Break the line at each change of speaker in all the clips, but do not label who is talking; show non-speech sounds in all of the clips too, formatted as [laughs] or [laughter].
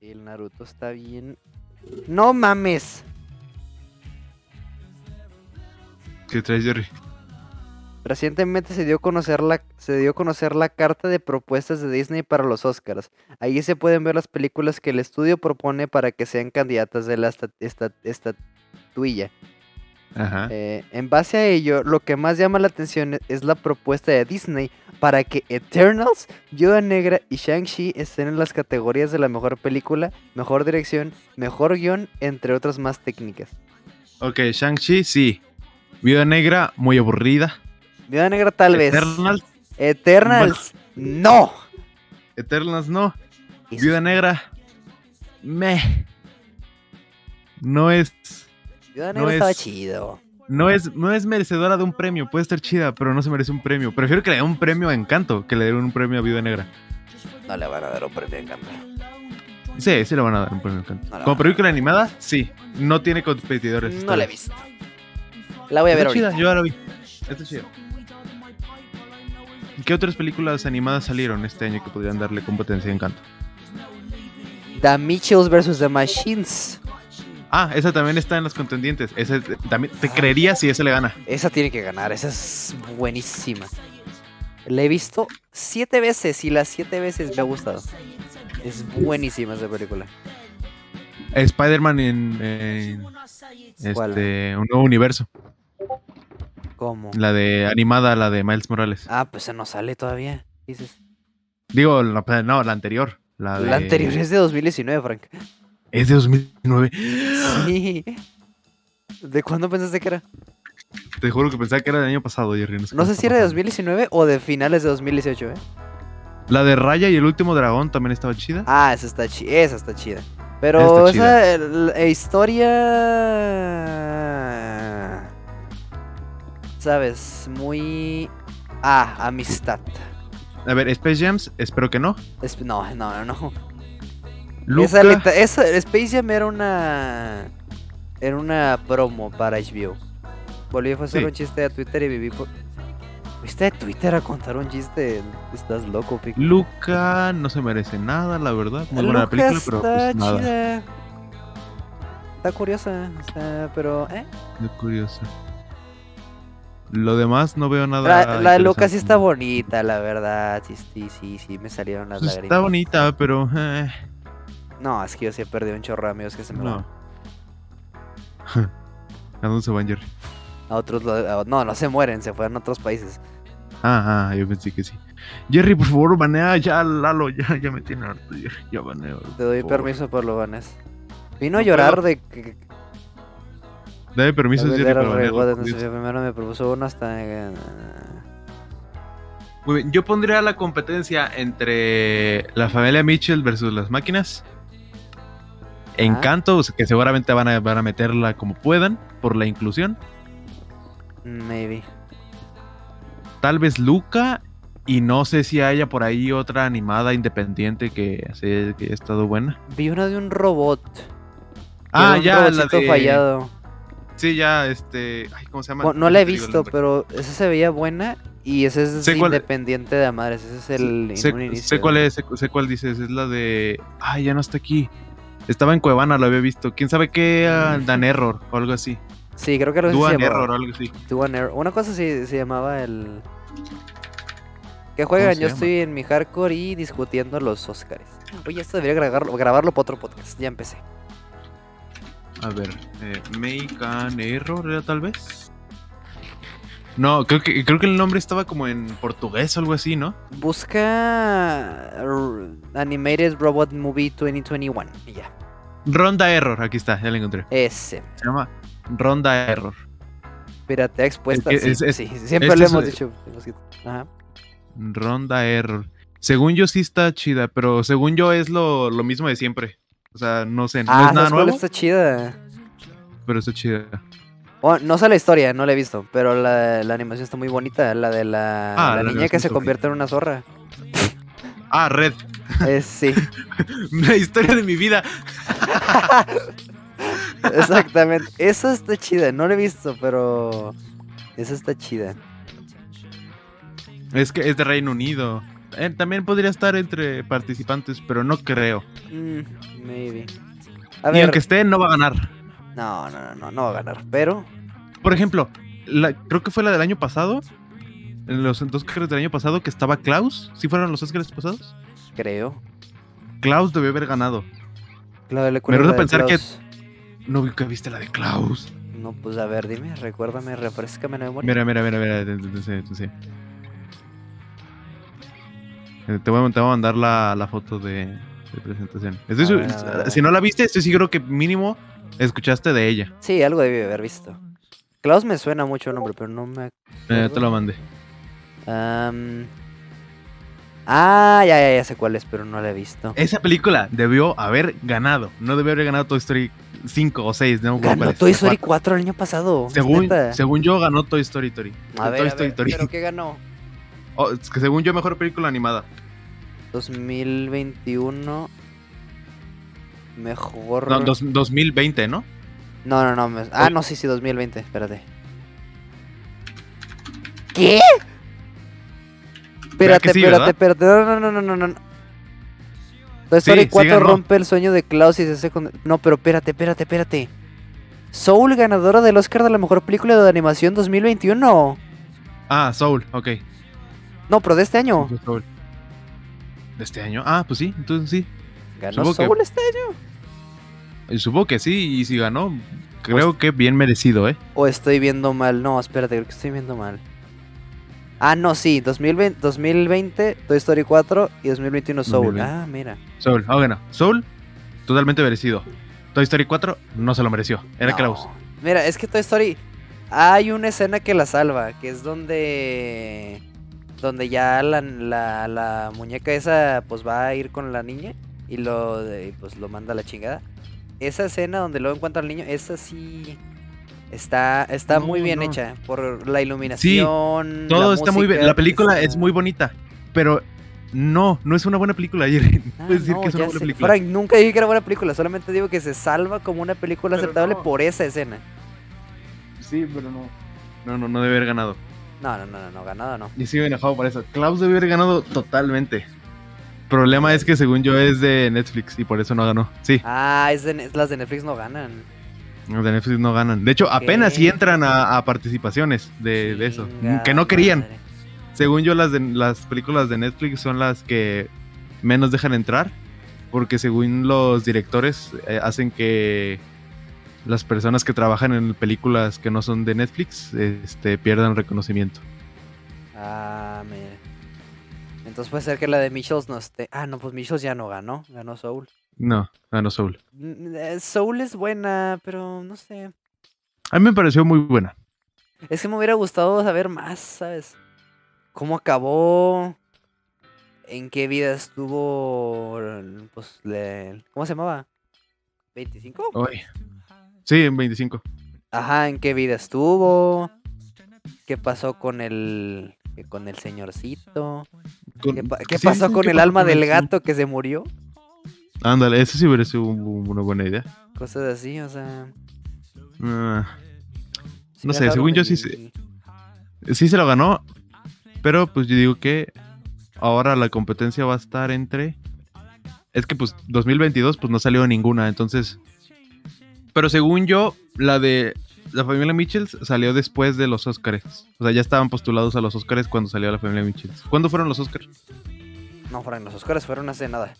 El Naruto está bien. ¡No mames!
¿Qué traes, Jerry?
Recientemente se dio, a conocer la, se dio a conocer la carta de propuestas de Disney para los Oscars. Allí se pueden ver las películas que el estudio propone para que sean candidatas de la esta- esta- estatuilla.
Ajá.
Eh, en base a ello, lo que más llama la atención es la propuesta de Disney para que Eternals, Viuda Negra y Shang-Chi estén en las categorías de la mejor película, mejor dirección, mejor guión, entre otras más técnicas.
Ok, Shang-Chi, sí. Viuda Negra, muy aburrida.
Viuda Negra tal vez.
Eternals,
Eternals, no.
Eternals no. Viuda Negra, meh. No es,
Viuda
no
Negra estaba
es-
chido.
no es, no es merecedora de un premio. Puede estar chida, pero no se merece un premio. Prefiero que le den un premio a Encanto que le den un premio a Viuda Negra.
No le van a dar un premio a Encanto.
Sí, sí le van a dar un premio a Encanto.
No la
Como
van a
película animada, sí. No tiene competidores.
No la he visto. La voy a ver
Está
ahorita.
chida, yo ya la vi. Está chida. ¿Qué otras películas animadas salieron este año que podrían darle competencia a Encanto?
The Mitchells vs. The Machines.
Ah, esa también está en los contendientes. Esa es- también te
Ah.
creería si esa le gana.
Esa tiene que ganar, esa es buenísima. La he visto siete veces y las siete veces me ha gustado. Es buenísima esa película.
Spider-Man en, en
¿Cuál?
este, un nuevo universo.
¿Cómo?
La de animada, la de Miles Morales.
Ah, pues se nos sale todavía. Dices.
Digo, la- no, la anterior. La, de-
La anterior es de 2019, Frank. [laughs]
Es de 2009.
Sí. ¿De cuándo pensaste que era?
Te juro que pensaba que era del año pasado, Jerry.
No sé
qué
si era de
está
2019 o de finales de 2018, ¿eh?
pasando. La de Raya y el último dragón también estaba chida.
Ah, esa está, chi- esa está chida.
Esa
Pero
está chida.
esa el- eh, historia... ¿Sabes? Muy... Ah, amistad. Ah.
A ver, Space Jams, espero que no.
Es- No, no, no, no.
Luca,
Esa, lita- esa- Space Jam era una... Era una promo para HBO. Volví a hacer
Sí.
un chiste a Twitter y viví por... ¿Viste de Twitter a contar un chiste? Estás loco, Pic.
Luca no se merece nada, la verdad. Muy buena la
Luca
película, pero
está
pues, nada.
chida. Está curiosa, o sea, pero... ¿eh?
Qué curioso. Lo demás no veo nada.
La, la de Luca sí
interesante.
está bonita, la verdad. Sí, sí, sí, sí, me salieron las
Pues
lágrimas.
Está bonita, pero. eh,
No, es que yo sí he perdido un chorro de amigos que se me
no.
van.
[laughs] ¿A dónde se van, Jerry?
A otros, lo- a- no, no se mueren, se fueron a otros países.
Ah, ah, yo pensé que sí. Jerry, por favor, banea ya a Lalo. Ya, ya me tiene harto, Jerry. Ya baneo.
Te doy
por favor.
permiso por lo vanes. Vino a
No
llorar
puedo.
de que
Dame permiso,
tal vez
Jerry,
era
para banearlo,
regoda,
por
entonces
Dios.
primero me propuso uno hasta eh,
Muy bien, yo pondría la competencia entre la familia Mitchell versus las máquinas. Encanto, o sea, que seguramente van a, van a meterla como puedan por la inclusión.
maybe.
Tal vez Luca. Y no sé si haya por ahí otra animada independiente que, así, que haya estado buena.
Vi una de un robot. que
Ah,
era un
ya, la
robotcito
de...
fallado.
Sí, ya, este... Ay, ¿Cómo se llama?
Bueno, no la he
Te digo el
visto,
nombre.
pero esa se veía buena y ese es
Sé cuál-
independiente de Amadres. Ese es el
Sé,
un
sé
inicio.
cuál es, sé, sé cuál dices. Es la de... Ay, ya no está aquí. Estaba en Cuevana, la había visto. ¿Quién sabe qué? ah, Dan Error o algo así.
Sí, Mm. [laughs] creo que lo
Duan
se llamaba.
Error o algo así.
Duan Error. Una cosa sí se llamaba el. Que juegan,
se
yo
llama?
estoy en mi hardcore y discutiendo los Oscars. Oye, esto debería grabarlo, grabarlo para otro podcast. Ya empecé.
A ver, eh, Make an Error era tal vez. No, creo que, creo que el nombre estaba como en portugués o algo así, ¿no?
Busca r- Animated Robot Movie 2021. Y ya.
Ronda Error, aquí está, ya la encontré.
Ese.
Se llama Ronda Error.
Piratea expuesta.
que
sí,
es- es-
sí, Siempre
es
lo
eso
hemos
de-
dicho. pues, Ajá.
Ronda Error. Según yo sí está chida, pero según yo es lo, lo mismo de siempre. O sea, no sé, no
Ah,
es nada
¿sabes cuál
nuevo,
está chida.
pero está chida.
Oh, no sé la historia, no la he visto, pero la, la animación está muy bonita, la de la,
Ah,
la niña
la
que
animación
se
está
convierte en una
[laughs]
zorra.
Ah, Red. [laughs]
Eh, sí,
La historia de mi vida.
exactamente. Esa está chida, no la he visto, pero esa está chida.
Es que es de Reino Unido. eh, también podría estar entre participantes, pero no creo.
Mm, maybe. A
Y
ver,
aunque esté, no va a ganar.
no, no, no, no, no va a ganar, pero
Por ejemplo, la- creo que fue la del año pasado. En los dos Oscars del año pasado que estaba Klaus. ¿Sí fueron los Oscars pasados?
creo.
Claus debió haber ganado.
La de la cuerda
resta
de
pensar que-
Klaus.
No vi que viste la de Klaus.
No, pues a ver, dime, recuérdame, refrescame la memoria.
Mira, mira, mira, mira. ten- ten- ten- ten- ten. Eh, Te voy a, te voy a mandar la, la foto de, de presentación. Estoy
A
su-
ver, a ver, a ver.
si no la viste, estoy seguro que mínimo escuchaste de ella.
Sí, algo debí haber visto. Klaus me suena mucho el nombre, pero no me
Eh, te lo mandé.
Am, Ah, ya, ya, ya sé cuál es, pero no la he visto.
Esa película debió haber ganado. No debió haber ganado Toy Story 5 o 6. No, me acuerdo cuál
Ganó
es,
Toy
o
Story
cuatro.
4 el año pasado.
Según,
neta.
según yo, ganó Toy Story Story.
a ver,
Toy
a
Story
ver,
Story.
¿pero qué ganó?
Oh, es que según yo, mejor película animada.
2021 mejor
No, dos- 2020, ¿no?
No, no, no. me- Ah,
Oye.
no, sí, sí, 2020. Espérate. ¿Qué?
Vea
Espérate,
que sí,
espérate,
¿verdad?
espérate. No, no, no, no, no. no. Toy
Sí,
Story
sí
4
ganó.
rompe el sueño de Klaus y se hace con- No, pero espérate, espérate, espérate. Soul, ganadora del Oscar de la mejor película de animación 2021.
Ah, Soul, ok.
No, pero de este año.
Fue Soul. ¿De este año? Ah, pues sí, entonces sí.
¿Ganó
Supongo que-
Soul este año?
Eh, Supongo que sí, y si ganó, creo que bien merecido, ¿eh?
¿O estoy viendo mal? No, espérate, creo que estoy viendo mal. Ah, no, sí, 2020, 2020 Toy Story 4 y 2021 Soul.
2020.
Ah, mira.
Soul, ah, bueno. Soul, totalmente merecido. Toy Story 4 no se lo mereció. Era
No.
Klaus.
Mira, es que Toy Story. Hay una escena que la salva, que es donde. Donde ya la, la, la muñeca esa pues va a ir con la niña y lo de- y, pues lo manda a la chingada. Esa escena donde luego encuentra al niño, esa sí está está
No,
muy bien
no.
hecha por la iluminación.
Todo
la
está muy bien.
música,
La película es
está-
muy bonita, pero no, no es una buena película, Jerry.
Ah,
Puedes decir
no,
que es una
ya
buena
sé.
película.
Frank, nunca dije que era buena película, solamente digo que se salva como una película
Pero
aceptable
no.
por esa escena.
Sí, pero no. No, no, no debe haber ganado.
No, no, no, no, no ganado no.
Yo sigo enojado por eso. Klaus debe haber ganado totalmente. Problema es que según yo es de Netflix y por eso no ganó. Sí,
Ah, es de Ne- las de Netflix no ganan.
los de Netflix no ganan. De hecho, apenas si
Ok.
entran a, a participaciones de, de eso. Mm,
Chinga
Que no querían.
madre.
Según yo, las, de, las películas de Netflix son las que menos dejan entrar. Porque según los directores eh, hacen que las personas que trabajan en películas que no son de Netflix este, pierdan reconocimiento.
Ah, mira. Entonces puede ser que la de Michels no esté. Ah, no, pues Michels ya no ganó. Ganó Soul.
No, ganó Soul.
Mm, eh, Soul es buena, pero no sé.
A mí me pareció muy buena.
Es que me hubiera gustado saber más, ¿sabes? ¿Cómo acabó? ¿En qué vida estuvo? Pues, le- ¿cómo se llamaba? ¿25?
Ay. Sí, en 25.
Ajá, ¿en qué vida estuvo? ¿Qué pasó con el que con el señorcito?
Con-
¿Qué, pa- qué
sí,
pasó
sí,
con
¿qué
el
pasó
alma
con
del
el-
gato que se murió?
Ándale, eso sí hubiera sido un- un- una buena idea.
Cosas así, o sea.
Ah,
si
No
me
sé,
hago
según yo sí
remil-
sí se lo ganó, pero pues yo digo que ahora la competencia va a estar entre... Es que pues 2022 pues no salió ninguna, entonces... Pero según yo, la de la familia Mitchells salió después de los Oscars. O sea, ya estaban postulados a los Oscars cuando salió la familia Mitchells. ¿Cuándo fueron los Oscars?
No, Frank, los Oscars fueron hace nada.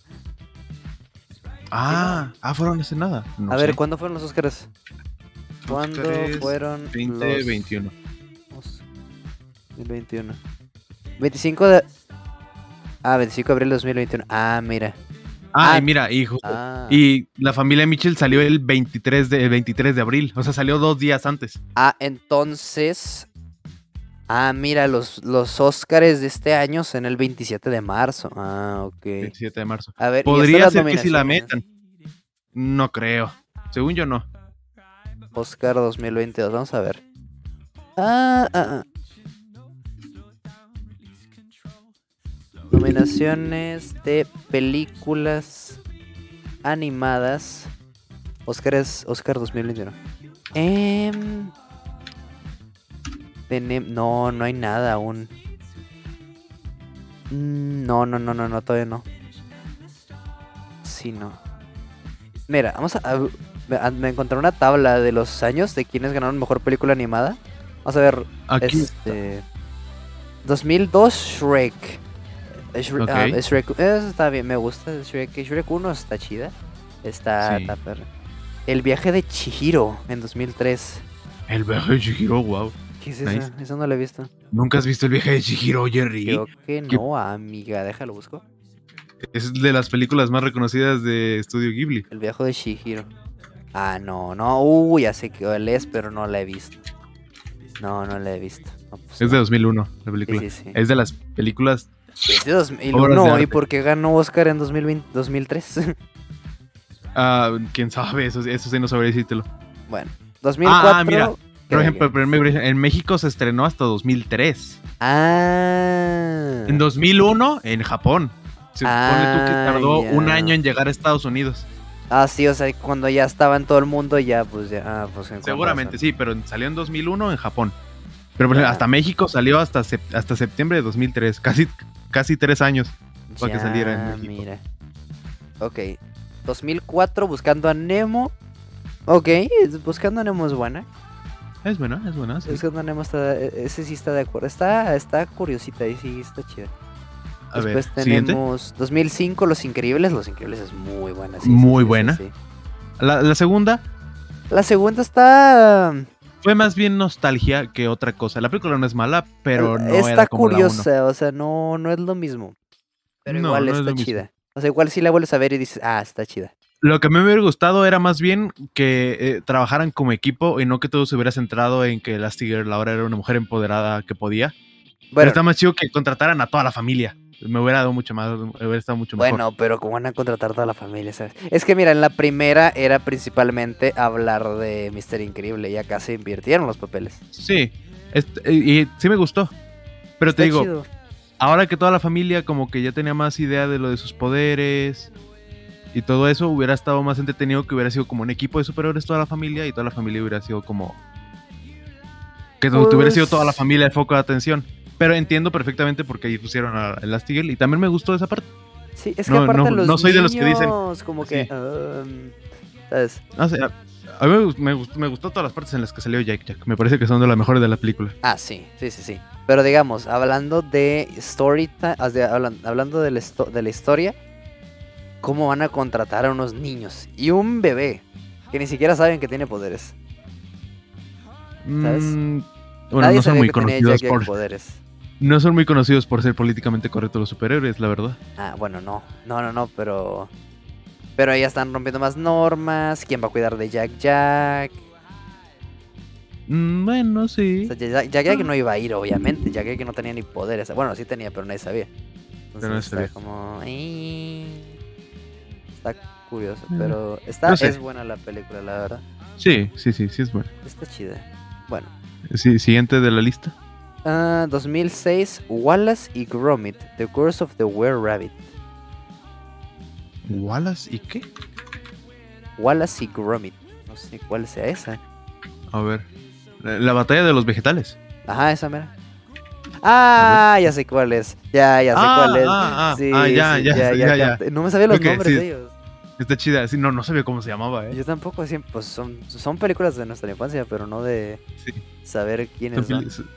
Ah, ah, fueron hace nada. No
A ver,
sé.
¿cuándo fueron los Oscars? ¿Cuándo
Óscares
fueron
2021.
los 2021? 25 de. Ah, 25 de abril de 2021. Ah, mira.
Ah,
Ah,
y mira, hijo.
Ah,
Y la familia Mitchell salió el 23 de, el 23 de abril. O sea, salió dos días antes.
ah entonces. Ah, mira, los, los Oscars de este año son el 27 de marzo. Ah, ok.
27 de marzo.
A ver, ¿y estas
Podría
las
ser que si la
nominaciones?
metan. No creo. Según yo, no.
Oscar 2022, vamos a ver. Ah, ah, ah. Nominaciones de películas animadas. Oscar es Oscar 2021. Em, tenem- no, no hay nada aún. Mm, No, no, no, no, no, todavía no. Sí, no. Mira, vamos a, a- me- a- me encontré una tabla de los años de quienes ganaron mejor película animada. Vamos a ver.
Aquí,
Este, 2002 Shrek. Eh, Shre- ah,
Ok.
Shrek eso está bien, me gusta. Shrek, Shrek 1 está chida. Está,
Sí.
está perra. El viaje de Chihiro en 2003.
el viaje de Chihiro, wow.
¿Qué es
Nice.
eso? Eso no lo he visto.
¿Nunca has visto el viaje de Chihiro, Jerry?
Creo que no, amiga. Déjalo busco.
Es de las películas más reconocidas de Estudio Ghibli.
El viaje de Shihiro. Ah, no, no. Uy, ya sé que él es, pero no la he visto. No, no la he visto. No, pues
Es de
no.
2001, la película.
Sí, sí, sí.
Es de las películas.
Es de 2001.
obras de
¿y
arte.
por qué ganó Oscar en 2020, [laughs] 2003?
ah, Quién sabe, eso, sí- eso sí no sabría decírtelo.
bueno, 2004.
Ah, mira, Por
creo
ejemplo,
que-
en en México se estrenó hasta 2003.
Ah.
En 2001, en Japón. Se supone tú que
Ah,
tardó
ya.
un año en llegar a Estados Unidos.
Ah, sí, o sea, cuando ya estaba en todo el mundo, ya, pues ya. Ah, pues, en
Seguramente
comparación.
sí, pero salió en 2001 en Japón. Pero por ejemplo,
Ah.
hasta México salió hasta, sep- hasta septiembre de 2003, casi, casi tres años. para que
Ya,
saliera en México.
mira. Ok. 2004, buscando a Nemo. Ok, es- buscando a Nemo es buena.
Es buena, es buena. sí.
Es que no Nemo está, e- ese sí está de acuerdo. Está, está curiosita y sí está chida.
A ver,
Después
siguiente.
tenemos 2005, Los Increíbles. Los Increíbles es muy buena. sí, sí, sí,
Muy
sí,
buena.
sí.
La, la segunda
La segunda está...
fue más bien nostalgia que otra cosa. La película no es mala, pero no
Eh, está
era como la uno.
curiosa, o sea, no, no es lo mismo. Pero
No,
igual
no es
está
lo mismo.
chida. O sea, igual si la vuelves a ver y dices, ah, está chida.
Lo que a mí me hubiera gustado era más bien que eh, trabajaran como equipo y no que todo se hubiera centrado en que Elastigirl ahora era una mujer empoderada que podía. Pero
Bueno,
está más chido que contrataran a toda la familia. Me hubiera dado mucho más, me hubiera estado mucho mejor.
bueno, pero como van a contratar toda la familia, ¿sabes? Es que mira, en la primera era principalmente hablar de Mister Increíble y acá se invirtieron los papeles.
Sí, es- y, y sí me gustó. Pero
Está
te digo,
chido.
ahora que toda la familia como que ya tenía más idea de lo de sus poderes y todo eso, hubiera estado más entretenido que hubiera sido como un equipo de superhéroes toda la familia y toda la familia hubiera sido como... Que tu- hubiera sido toda la
Pues-
familia el foco de atención. Pero entiendo perfectamente por qué ahí pusieron a Elastigirl y también me gustó esa parte.
Sí, es que
No,
aparte
no,
los
no soy de los que dicen,
niños, como que...
sí.
um, ¿sabes?
No sé, a, a mí me gust- me gustó, me gustó todas las partes en las que salió Jack Jack. Me parece que son de las mejores de la película.
Ah, sí, sí, sí, sí. Pero digamos, hablando de story ti- as de- hablan- hablando de la, histo- de la historia, ¿cómo van a contratar a unos niños y un bebé que ni siquiera saben que tiene poderes? ¿Sabes?
Mm, bueno,
Nadie
no son
sabía
muy
que tenía
conocidos
Jack Jack
por...
poderes.
No son muy conocidos por ser políticamente correctos los superhéroes, la verdad.
Ah, bueno, no. No, no, no, pero. Pero ya están rompiendo más normas. ¿Quién va a cuidar de Jack Jack?
Mm, bueno,
O
sí. Ah.
sea, Jack, Jack Jack no iba a ir, obviamente. Jack Jack no tenía ni poderes. Bueno, sí tenía, pero nadie sabía. Entonces
nadie
está
sabía.
como. "Eh". Está curioso,
Mm,
pero está,
no sé.
es buena la película, la verdad.
Sí, sí, sí, sí es bueno.
Está chida. Bueno,
Sí, siguiente de la lista.
ah, 2006, Wallace y Gromit, The Curse of the Were Rabbit.
Wallace y qué?
Wallace y Gromit. No sé cuál sea esa.
A ver. La, la batalla de los vegetales.
Ajá, esa mera. Ah, ya sé cuál es. Ya, ya sé
Ah,
cuál es.
ah, ah, ah, ya, ya, ya, ya.
capté. No me sabía los
Ok,
nombres
sí.
de ellos.
Está chida. Sí, no, no sabía cómo se llamaba, ¿eh?
Yo tampoco siempre, pues son, son películas de nuestra infancia, pero no de
Sí.
saber quiénes
Son
son.
peli-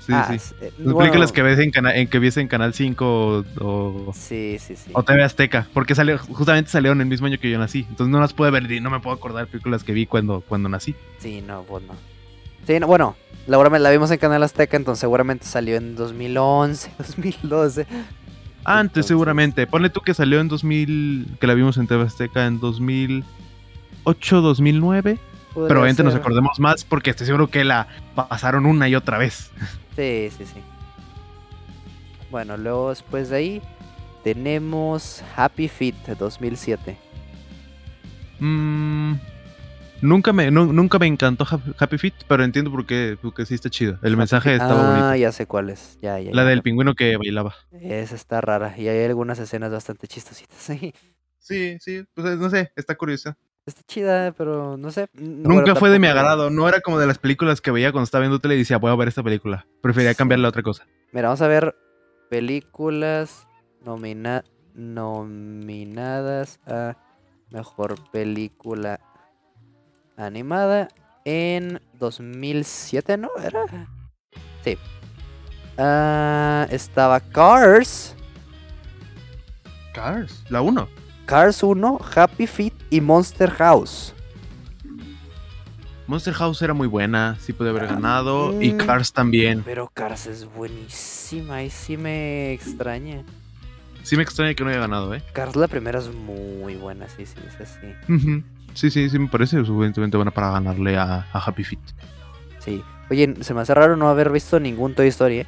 Sí, sí.
Ah,
sí.
s- eh,
Son
bueno,
películas que ves en cana- en que vies en Canal 5 o, o-
Sí, sí, sí.
o TV Azteca, porque salió, justamente salieron el mismo año que yo nací, entonces no las pude ver y no me puedo acordar películas que vi cuando, cuando nací.
Sí, no, pues no. Sí, no, bueno, la, hora- la vimos en Canal Azteca, entonces seguramente salió en 2011, [laughs] 2012.
Antes
Entonces-
seguramente. Ponle tú que salió en 2000, que la vimos en TV Azteca en 2008, 2009. Pero obviamente
antes
nos acordemos más porque estoy seguro que la pasaron una y otra vez.
Sí, sí, sí. Bueno, luego después de ahí tenemos Happy Feet 2007.
Mm, nunca, me, nu- nunca me encantó Hap- Happy Feet, pero entiendo por qué, porque sí está chido. El mensaje estaba
ah,
bonito.
ya sé cuál es. Ya, ya,
La
ya.
del pingüino que bailaba.
Esa está rara y hay algunas escenas bastante chistositas. Sí.
Sí, sí, pues no sé, está curiosa.
[laughs] Está chida, pero no sé. n-
Nunca
bueno,
fue de mi
tampoco-
agrado, no era como de las películas que veía cuando estaba viendo tele y decía, voy a ver esta película. Prefería
Sí.
cambiarle a otra cosa.
Mira, vamos a ver películas nomina- nominadas a mejor película animada en 2007, ¿no? ¿Era? Sí. Ah, estaba Cars,
Cars. La 1.
Cars 1, Happy Feet y Monster House.
Monster House era muy buena, sí pude haber ganado. Y
mm.
Cars también.
Pero Cars es buenísima y sí me extraña.
Sí me extraña que no haya ganado, ¿eh?
Cars la primera es muy buena, sí, sí, es así.
Ujú. Sí, sí, sí me parece suficientemente buena para ganarle a, a Happy Feet.
Sí. Oye, se me hace raro no haber visto ningún Toy Story, ¿eh?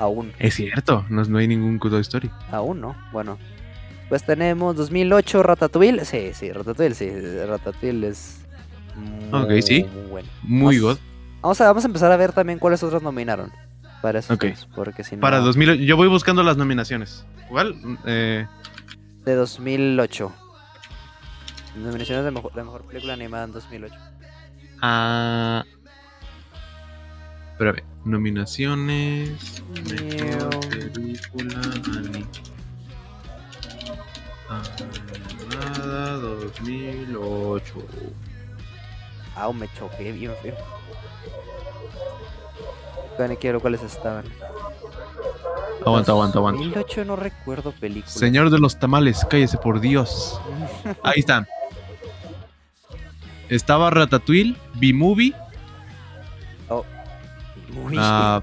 Aún,
Es cierto, no, no hay ningún Toy Story.
aún no. Bueno. Pues tenemos 2008 Ratatouille. Sí, sí, Ratatouille, sí. Ratatouille es muy,
Ok, sí.
muy bueno.
Muy
Vamos-
god.
Vamos a, vamos a empezar a ver también cuáles otras nominaron. Para esos
Ok.
dos, porque si no-
Para 2000, yo voy buscando las nominaciones. ¿Cuál? Eh,
De 2008. Nominaciones de mejor, la mejor película animada en 2008.
ah, espérame, nominaciones. Mejor película ani- animada 2008.
Ah, me choqué bien feo. Todavía ni quiero cuáles estaban.
Aguanta, aguanta, aguanta.
2008 no recuerdo película.
Señor de los tamales, cállese por Dios. Ahí está. Estaba Ratatouille, B-Movie,
Muy
ah,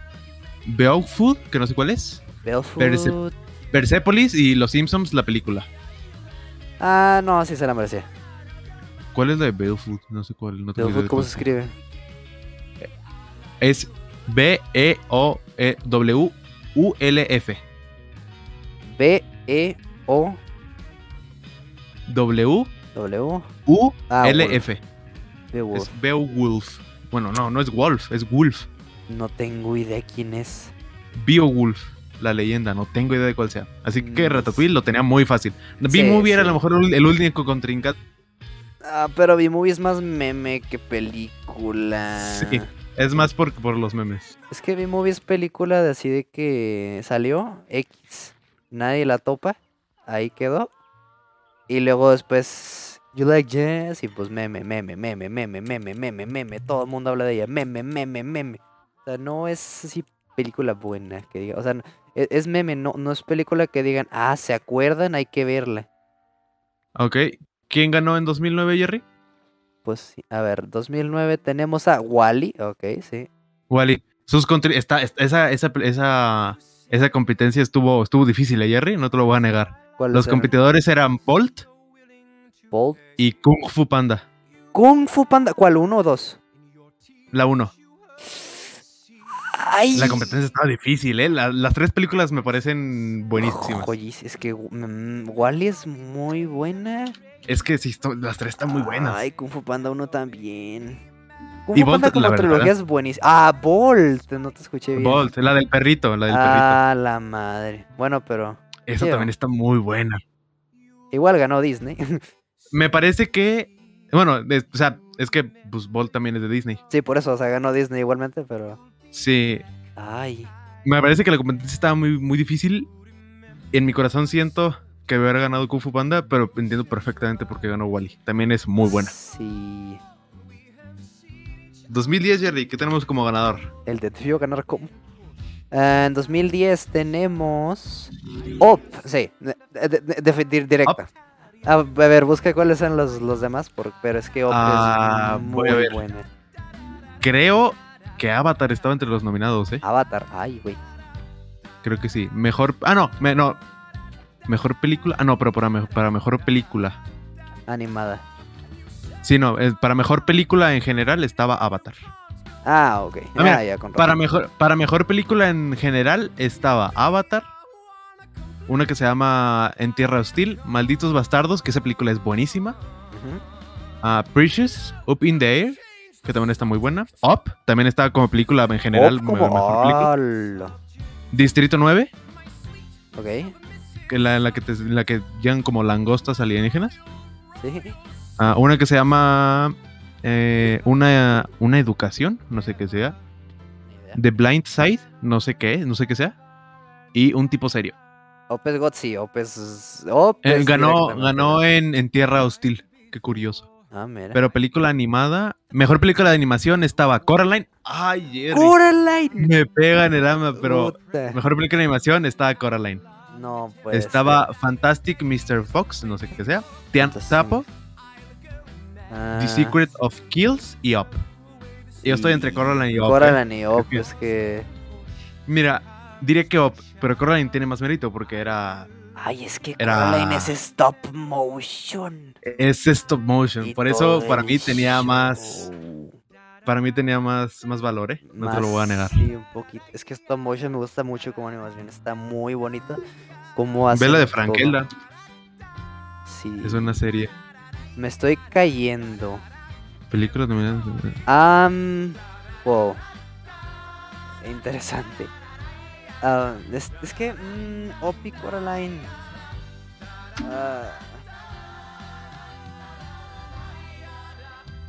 Beaufood, que no sé cuál es,
Belfood.
Perse- Persepolis y Los Simpsons, la película.
Ah, no, sí se la merecía.
¿Cuál es la de Beaufood? No sé cuál. No tengo idea
Belfood,
de
¿cómo
cuál
se escribe?
Es B-E-O-W-U-L-F.
E B-E-O-W. Ah,
W-U-L-F.
Beowulf.
E Es Beowulf. Bueno, no, no es Wolf, es Wolf.
No tengo idea quién es.
Beowulf, la leyenda. No tengo idea de cuál sea. Así que
Mm,
Ratatouille lo tenía muy fácil.
Sí,
B-Movie era a
sí.
lo mejor el el único contrincante.
Ah, pero B-Movie es más meme que película.
Sí. Es más por, por los memes.
Es que B-Movie es película de así de que salió X, nadie la topa, ahí quedó. Y luego después, You Like Jazz, y pues meme, meme, meme, meme, meme, meme, meme, todo el mundo habla de ella, meme, meme, meme. O sea, no es así película buena que diga, o sea, no- e- es meme, no, no es película que digan, ah, se acuerdan, hay que verla.
Ok. ¿Quién ganó en 2009, Jerry?
Pues sí, a ver, 2009 tenemos a Wally, ok, sí.
Wally. Sus contri- está, es- esa, esa, esa, esa competencia estuvo, estuvo difícil, ¿eh, Jerry? No te lo voy a negar.
¿Cuáles
Los
eran?
competidores eran Bolt
Bolt.
y Kung Fu Panda.
Kung Fu Panda, ¿cuál? ¿Uno o dos?
La 1.
¡Ay!
La competencia estaba difícil, ¿eh? La- las tres películas me parecen buenísimas.
Joyis, es que mm, Wall-E es muy buena.
Es que sí, esto- las tres están muy buenas.
Ay, Kung Fu Panda 1 también. Kung
Y
Fu Panda
Bolt, la
como
verdad.
trilogía es buenísima. Ah, Bolt, no te escuché bien.
Bolt, la del perrito, la del
ah, la madre. Bueno, pero
perrito. Esa
tío.
también está muy buena.
igual ganó Disney. [laughs]
Me parece que. Bueno, es- o sea, es que pues, Bolt también es de Disney.
sí, por eso, o sea, ganó Disney igualmente, pero.
Sí.
Ay,
Me parece que la competencia estaba muy, muy difícil. En mi corazón siento que hubiera ganado Kung Fu Panda, pero entiendo perfectamente por qué ganó Wally. También es muy buena.
Sí.
2010, Jerry, ¿qué tenemos como ganador?
El de Tío ganar como. en 2010 tenemos. Op, sí, de- de- de- de- di- directa. Ah, A, a ver, busca cuáles son los, los demás, por- pero es que Op
Ah,
es
voy
muy
a ver.
buena.
Creo que Avatar estaba entre los nominados, ¿eh?
Avatar, ay, güey.
Creo que sí. Mejor. Ah, no, me- no. Mejor película. Ah, no, pero para, me- para mejor película.
Animada.
Sí, no, eh, para mejor película en general estaba Avatar.
Ah, ok.
Ah, mira,
Ah, ya, con razón.
Para mejor, para mejor película en general estaba Avatar. Una que se llama En Tierra Hostil, Malditos Bastardos, que esa película es buenísima.
Ujú.
Ah, Precious, Up in the Air, que también está muy buena. Up, también estaba como película en general.
Op
me-
como
mejor película.
Olo.
Distrito 9,
Ok,
que la, la que te- la que llegan como langostas alienígenas.
sí.
Ah, una que se llama eh, una, una educación, no sé qué sea.
Ni idea.
The Blind Side, no sé qué, no sé qué sea. y Un tipo serio.
Opes Gotzi, Opes.
Eh,
Opes
ganó
directamente.
ganó en, en Tierra Hostil. Qué curioso.
Ah, mira.
Pero película animada. Mejor película de animación estaba Coraline. Ay, Jerry.
Coraline.
Me pega en el alma, pero
Puta.
mejor película de animación estaba Coraline.
No, pues.
estaba Fantastic Mr. Fox, no sé qué sea. Tian
Fantastic.
Sapo,
Ah.
The Secret of Kills y Up. Yo estoy entre Coraline y Up. eh.
Coraline y Op,
que-
es que.
Mira, diría que Up, pero Coraline tiene más mérito porque era.
Ay, es que
Era-
Coraline es stop motion.
Es stop motion.
Y
Por
todo
eso para
el
mí tenía más.
show.
Para mí tenía más, más valor, ¿eh? No te lo voy a
Más,
negar.
Sí, un poquito. Es que stop motion me gusta mucho como animación. Está muy bonita. Como hace.
Vela de Frankelda.
Sí.
Es una serie.
Me estoy cayendo.
Películas nominadas.
Am, wow. Interesante. Ah, es, es que. mm, Opie Coraline. Ah.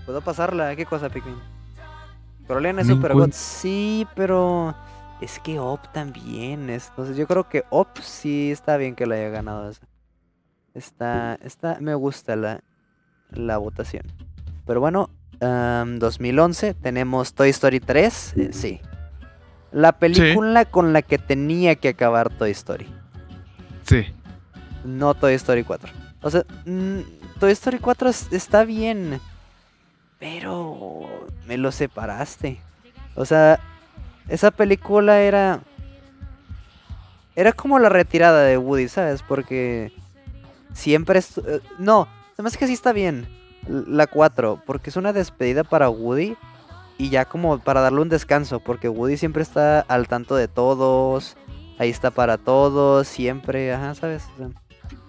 ¿Puedo pasarla? ¿eh? ¿Qué cosa, Pikmin? Coraline es
No
Super God.
encuentro.
Sí, pero. Es que Op también es. Entonces yo creo que Op sí está bien que la haya ganado esa. Está. Está. Me gusta la, la votación. Pero bueno, em, am, 2011 tenemos Toy Story 3. eh, sí. La película con la que tenía que acabar Toy Story.
Sí.
No Toy Story 4. O sea, mm, Toy Story 4 es- está bien. Pero me lo separaste. O sea, esa película era... Era como la retirada de Woody, ¿sabes? Porque siempre es... eh, No, además que sí está bien. l- La 4, porque es una despedida para Woody. Y ya como para darle un descanso, porque Woody siempre está al tanto de todos. Ahí está para todos, siempre, ajá, ¿sabes? O sea,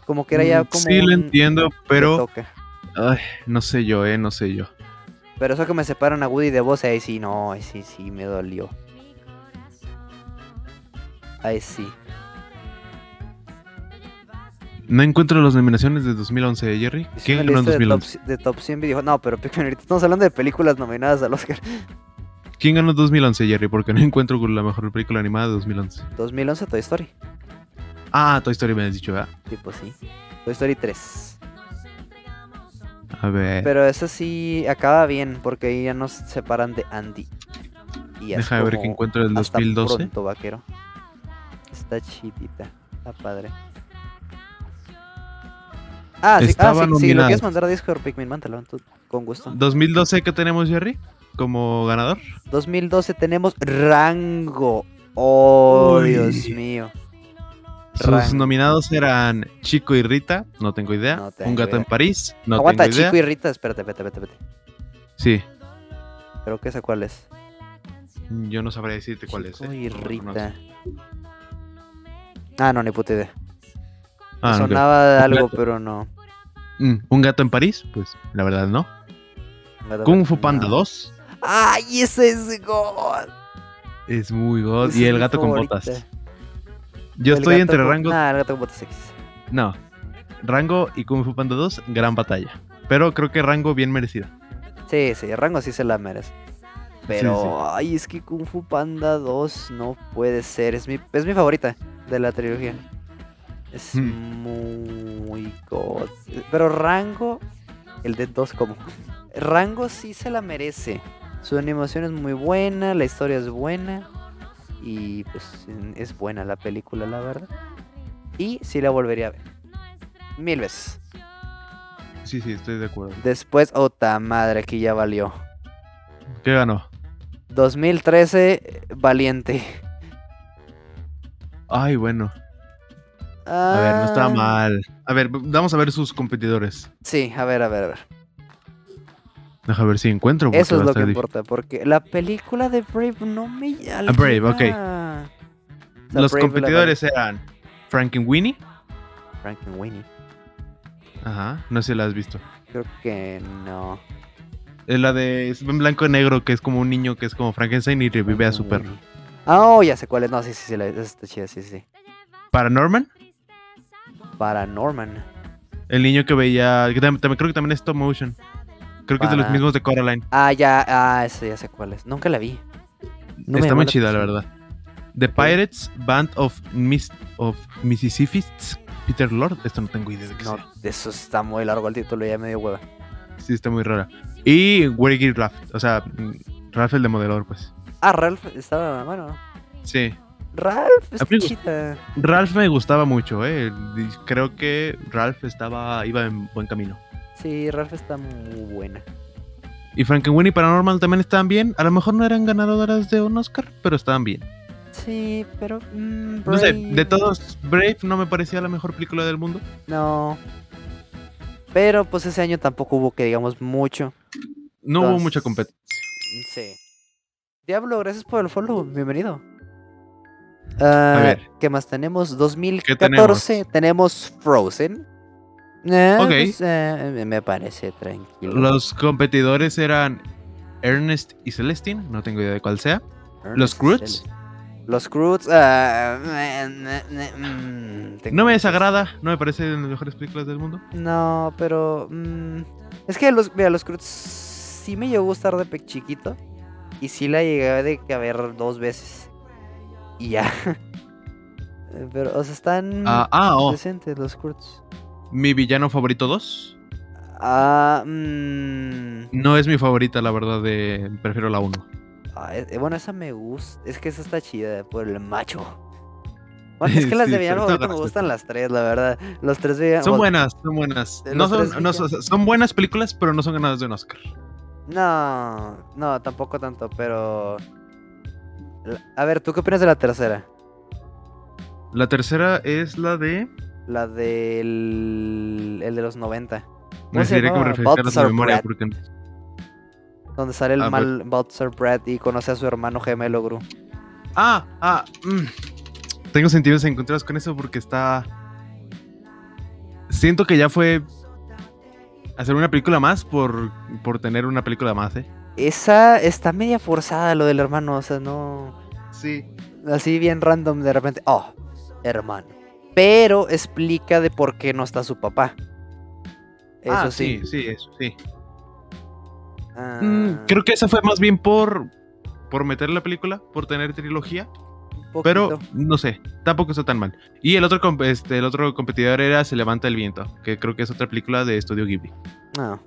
como que era ya
Mm,
como...
sí, lo
un-
entiendo,
te
pero.
toca.
ay, no sé yo, ¿eh? No sé yo.
Pero eso que me separan a Woody de vos, ahí sí, no, ahí sí, sí, me dolió. Ahí sí.
No encuentro las nominaciones de 2011, ¿eh, Jerry.
Hice
¿Quién
una
ganó
lista
en
de top,
2011?
c- de top 100 videojuegos. No, pero [laughs] Pikmin, ahorita estamos hablando de películas nominadas al Oscar. [laughs]
¿Quién ganó en 2011, Jerry? Porque no encuentro con la mejor película animada de 2011.
2011 Toy Story.
Ah, Toy Story me has dicho, ¿verdad?
Tipo, sí. Toy Story 3.
Eh. A ver.
Pero eso sí acaba bien, porque ahí ya nos separan de Andy. Y ya es
Deja de ver qué
como
encuentro del
hasta
2012.
pronto, vaquero. Está chidita. Está padre. Ah, sí, ah,
Estaba
sí, sí, lo
nominada.
quieres mandar a Discord, Pikmin, mándalo tú, con gusto.
2012, ¿qué tenemos, Jerry? Como ganador.
2012 tenemos Rango. Oh,
Uy.
Dios mío.
Sus
Rango.
nominados eran Chico y Rita, no tengo idea.
No tengo
Un gato
idea.
en París, no
Aguanta,
tengo idea.
Chico y Rita, espérate, espérate, espérate. espérate.
Sí,
Creo que esa cuál es.
yo no sabría decirte cuál es.
Chico
eh,
y
no lo
Rita.
conozco.
Ah, no, ni puta idea. Me
Ah, no, ok.
sonaba de
Un
algo,
gato.
pero no.
Mm, Un gato en París, pues la verdad no. Kung Fu Panda 2
¡Ay, ese es God!
es muy god.
Ese
Y
es
el
mi
gato con
favorita.
botas. Yo
El
estoy
gato
entre
con-
Rango.
Nah, el gato con botas X.
No, Rango y Kung Fu Panda 2, gran batalla. Pero creo que Rango bien merecida.
Sí, sí, Rango sí se la merece. Pero,
sí.
ay, es que Kung Fu Panda 2 no puede ser. Es mi, es mi favorita de la trilogía. Es
Hmm.
muy god. Pero Rango, el de 2 como. [laughs] Rango sí se la merece. Su animación es muy buena, la historia es buena. Y pues es buena la película, la verdad. Y sí la volvería a ver. Mil veces.
Sí, sí, estoy de acuerdo.
Después, otra madre, aquí ya valió.
¿Qué ganó?
2013, eh, Valiente.
Ay, bueno. A ver, no está
Ah,
mal. A ver, vamos a ver sus competidores.
Sí, a ver, a ver, a ver.
Deja ver si encuentro. porque
Eso es
va a
lo que
estar difícil.
importa, porque la película de Brave no me
Ah, Brave, ok.
alquila. O sea,
Los
Brave la
competidores eran Frankenweenie.
ganó Frankenweenie.
Ajá, no sé si la has visto.
Creo que no.
Es la de es en blanco y negro, que es como un niño que es como Frankenstein y revive a su perro.
Frankenweenie. Ah, oh, ya sé cuál es. No, sí, sí, sí, la, esa está chida, sí, sí.
Paranorman,
Paranorman.
el niño que veía. Que tam- tam- creo que también es stop motion. Creo que es de los
Para-
mismos de Coraline.
Ah, ya, ah, esa ya sé cuál es. Nunca la vi. No me
Está
llamó
muy
la
chida, la
atención.
verdad. The Pirates Band of, Mis of Mississippi, Peter Lord. Esto no tengo idea de qué
No,
sea.
eso está muy largo el título, ya medio hueva.
Sí, está muy rara. Y Wergy Raft. O sea, mm, Ralph el demoledor, pues.
Ah, Ralph estaba, bueno.
Sí.
Ralph está
Amigo.
chida.
Ralph me gustaba mucho, ¿eh? Y Creo que Ralph estaba, iba en buen camino.
Sí, Ralph está muy buena.
Y Frankenweenie y Paranormal también estaban bien. A lo mejor no eran ganadoras de un Oscar, pero estaban bien.
Sí, pero. mm,
No sé,
Brave,
de todos, Brave no me parecía la mejor película del mundo.
No. Pero pues ese año tampoco hubo que digamos mucho.
No hubo
Entonces-
mucha competencia.
Sí. Diablo, gracias por el follow. Bienvenido. Ah,
ver.
¿Qué más tenemos? 2014
tenemos?
tenemos? Frozen. Eh,
Ok.
pues, eh, me parece tranquilo.
Los competidores eran Ernest y Celestine, no tengo idea de cuál sea. los Croods.
Los Croods. ah, eh, eh, eh, mm, tengo
No me
mis-
desagrada, no me parece de las mejores películas del mundo.
No, pero. mm, es que los, mira, los Croods sí me llegó a gustar de pe- chiquito. Y sí la llegué de que a ver dos veces. Y ya. [laughs] Eh, pero, o sea, están
Ah, ah, oh,
decentes los Croods.
mi villano favorito 2.
Ah, mm,
No es mi favorita, la verdad, de prefiero la 1.
ah, eh, bueno, esa me gusta. Es que esa está chida por el macho. Bueno, es que las
[laughs] Sí,
de
pero
Villano
está
favorito me
graciosa.
gustan las tres, la verdad. Los tres Villano.
Son buenas, son buenas.
Ah, de
No
los
son,
tres
no son- son buenas películas, pero no son ganadas de un Oscar.
No, no, tampoco tanto, pero. La- A ver, ¿tú qué opinas de la tercera?
La tercera es la de.
La del. El de los 90. ¿Cómo se
Necesitaría que me
llamaba?
refrescaras la
Balthazar
memoria
Brat.
porque
Donde sale el
Ah,
mal Balthazar Brad y conoce a su hermano gemelo Gru.
Ah, ah. mm. Tengo sentimientos encontrados con eso porque está. Siento que ya fue hacer una película más por, por tener una película más, ¿eh?
Esa está media forzada lo del hermano, o sea, no.
Sí.
Así bien random de repente. Oh, hermano. Pero explica de por qué no está su papá. Eso
ah,
sí.
sí, sí, eso sí.
Ah,
Mm, creo que esa fue más bien por por meter la película, por tener trilogía,
un
pero
poquito.
no sé, tampoco está tan mal. Y el otro com- este, el otro competidor era Se levanta el viento, que creo que es otra película de Estudio Ghibli.
No.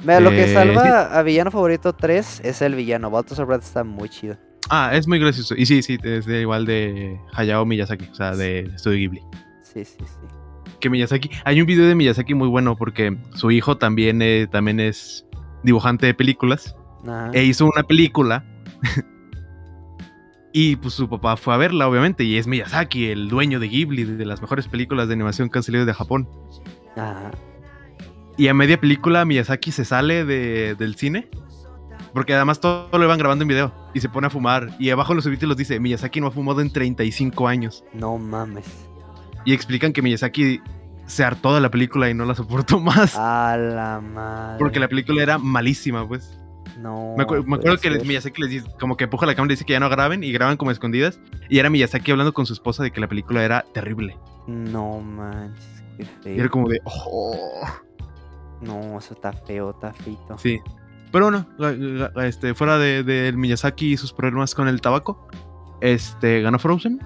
Mira, lo
Eh,
que
sí.
salva a villano favorito 3 es el villano. Baltasar Brad está muy chido.
Ah, es muy gracioso. Y sí, sí, es de igual de Hayao Miyazaki, o sea, de Estudio Ghibli.
Sí, sí, sí.
que Miyazaki. Hay un video de Miyazaki muy bueno porque su hijo también, eh, también es dibujante de películas
Ajá.
e hizo una película. [laughs] y pues su papá fue a verla, obviamente, y es Miyazaki, el dueño de Ghibli, de las mejores películas de animación que han salido de Japón.
Ajá.
Y a media película Miyazaki se sale de- del cine. Porque además todo lo iban grabando en video. Y se pone a fumar. Y abajo en los subtítulos dice, Miyazaki no ha fumado en 35 años.
No mames.
Y explican que Miyazaki se hartó de la película y no la soportó [laughs] más.
A la madre.
Porque la película era malísima, pues.
No.
Me, acu- me
Ah, puede
acuerdo que
ser.
les- Miyazaki les dice, como que empuja la cámara y dice que ya no graben y graban como escondidas. Y era Miyazaki hablando con su esposa de que la película era terrible.
No manches. Qué
Y
feo.
era como de, "Oh".
No, eso está feo, está feito.
Sí. Pero bueno, la- la- la- este, fuera de, del Miyazaki y sus problemas con el tabaco, este, ganó Frozen.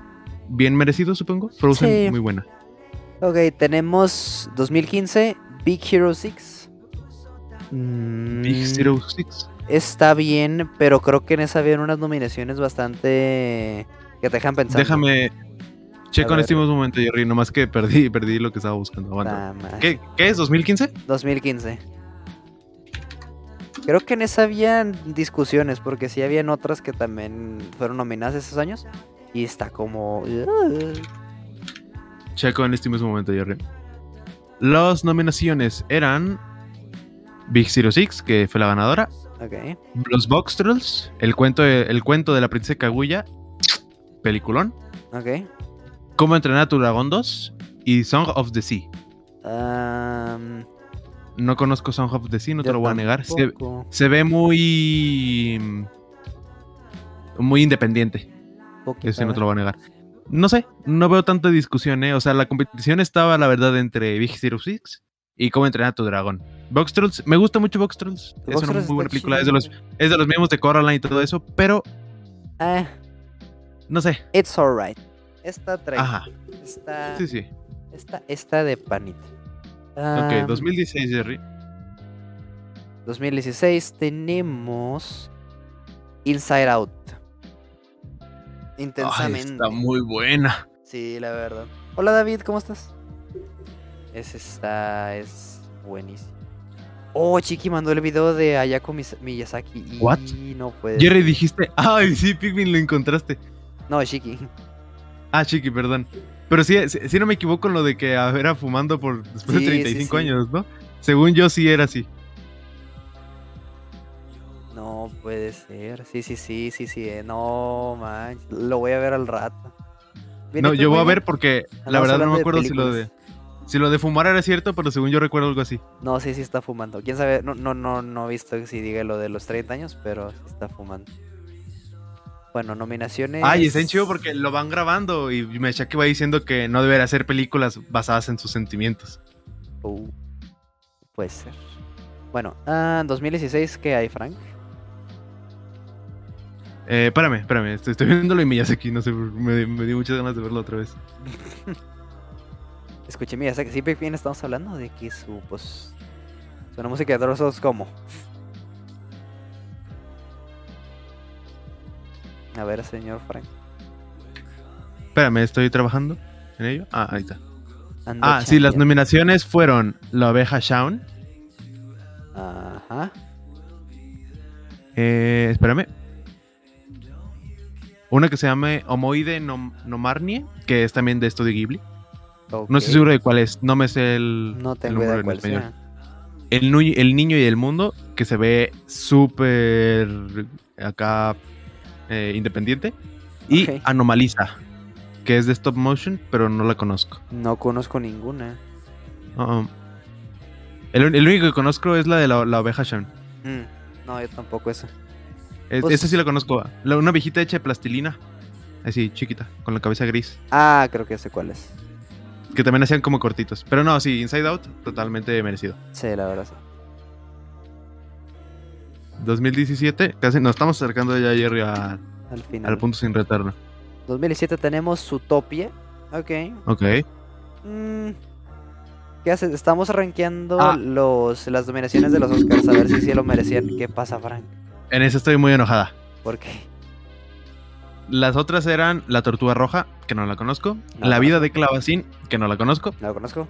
Bien merecido, supongo. Frozen,
Sí.
muy buena.
Ok, tenemos 2015, Big Hero 6.
Big
Big
Zero Six.
Está bien, pero creo que en esa habían unas nominaciones bastante. que te dejan pensando.
Déjame. Checo en
ver.
este mismo momento, Jerry. Nomás que perdí, perdí lo que estaba buscando.
Nah,
Aguanta.
man.
¿Qué, ¿Qué es? ¿2015?
2015. Creo que en esa habían discusiones, porque sí habían otras que también fueron nominadas esos años. Y está como. uh, "Ugh".
Checo en este mismo momento, Jerry. Las nominaciones eran Big Zero Six, que fue la ganadora,
Ok.
Los Boxtrolls, el cuento, de, el cuento de la princesa Kaguya, peliculón,
Ok.
Cómo entrenar a tu dragón 2 y Song of the Sea.
Am,
No conozco Song of the Sea, no te
um, yo
lo voy a negar. Se,
tampoco.
se ve muy... Muy independiente,
Poquito,
eso sí no te
a
lo voy a negar. No sé, no veo tanta discusión, ¿eh? O sea, la competición estaba, la verdad, entre Big Zero Six y Cómo entrenar a tu dragón. Box Trolls, me gusta mucho Box Trolls.
ver.
Es una
Boxers
muy buena
está
película. Es de,
chido.
los, es de los mismos de Coraline y todo eso, pero
Ah,
No sé.
It's alright. Está
Ajá.
tranquila. Está,
Sí, sí.
está, está de panita. Ah,
Ok, 2016, Jerry.
2016 tenemos Inside Out.
Ay,
Intensamente.
está muy buena.
Sí, la verdad. Hola David, ¿cómo estás? Ese está, es buenísimo. Oh, Chiqui mandó el video de Ayako Mis- Miyazaki. Y
What?
no puede.
Jerry, dijiste. Ay, sí, Pikmin lo encontraste.
No, Chiqui. [laughs]
Ah, Chiqui, perdón. Pero sí, sí, sí no me equivoco en lo de que ah, era fumando por después
Sí, sí,
de 35
sí.
años, ¿no? Según yo sí era así.
No puede ser. Sí, sí, sí, sí, sí. eh, No, man. Lo voy a ver al rato. este Mira,
No,
tú,
yo voy a
Maya,
ver porque la
andabas
verdad no
hablando
me
de
acuerdo si lo de
películas.
si lo de fumar era cierto, pero según yo recuerdo algo así.
No, sí, sí está fumando. Quién sabe, no, no, no, no he visto si diga lo de los 30 años, pero sí está fumando. Bueno, nominaciones.
Ay, está bien chido porque lo van grabando y me echa que va diciendo que no debería hacer películas basadas en sus sentimientos.
Uh, puede ser. Bueno, ah, 2016, ¿qué hay, Frank?
Eh, espérame, espérame, estoy, estoy viéndolo y Miyazaki, no sé, me, me dio muchas ganas de verlo otra vez.
Escuché, mira, que siempre bien estamos hablando de que su, pues, su música de trozos como. A ver, señor Frank.
Espérame, estoy trabajando en ello. Ah, ahí está.
ando
Ah, sí, las
chambeando.
nominaciones fueron La oveja Shaun.
Ajá.
Eh, espérame. Una que se llama Homoide Nom- Nomarnie, que es también de Studio Ghibli. No estoy
ok.
seguro de cuál es, no me sé el.
No
el
tengo idea
número
de
en
cuál
español.
sea.
El, nu- el niño y el mundo, que se ve súper acá eh, independiente. Y
Ok.
Anomaliza, que es de stop motion, pero no la conozco.
No conozco ninguna.
Uh-uh. El, el único que conozco es la de la, la oveja Shaun.
Mm, no, yo tampoco esa.
Es-
Pues-
esa sí la conozco. la- una viejita hecha de plastilina. Así, chiquita, con la cabeza gris.
Ah, creo que ya sé cuál es.
Que también hacían como cortitos. Pero no, sí, Inside Out, totalmente merecido.
Sí, la verdad. sí.
2017, casi nos estamos acercando ya, Jerry, a-
Al final.
al punto sin retorno.
2007 tenemos Zootopia. Ok.
Ok.
Mm, ¿Qué haces? Estamos rankeando
Ah.
los, las nominaciones de los Oscars a ver si sí lo merecían. ¿Qué pasa, Frank?
En esa estoy muy enojada.
¿Por qué?
Las otras eran La Tortuga Roja, que no la conozco.
No,
la
no.
Vida de Clavacín, que no la conozco.
No lo conozco.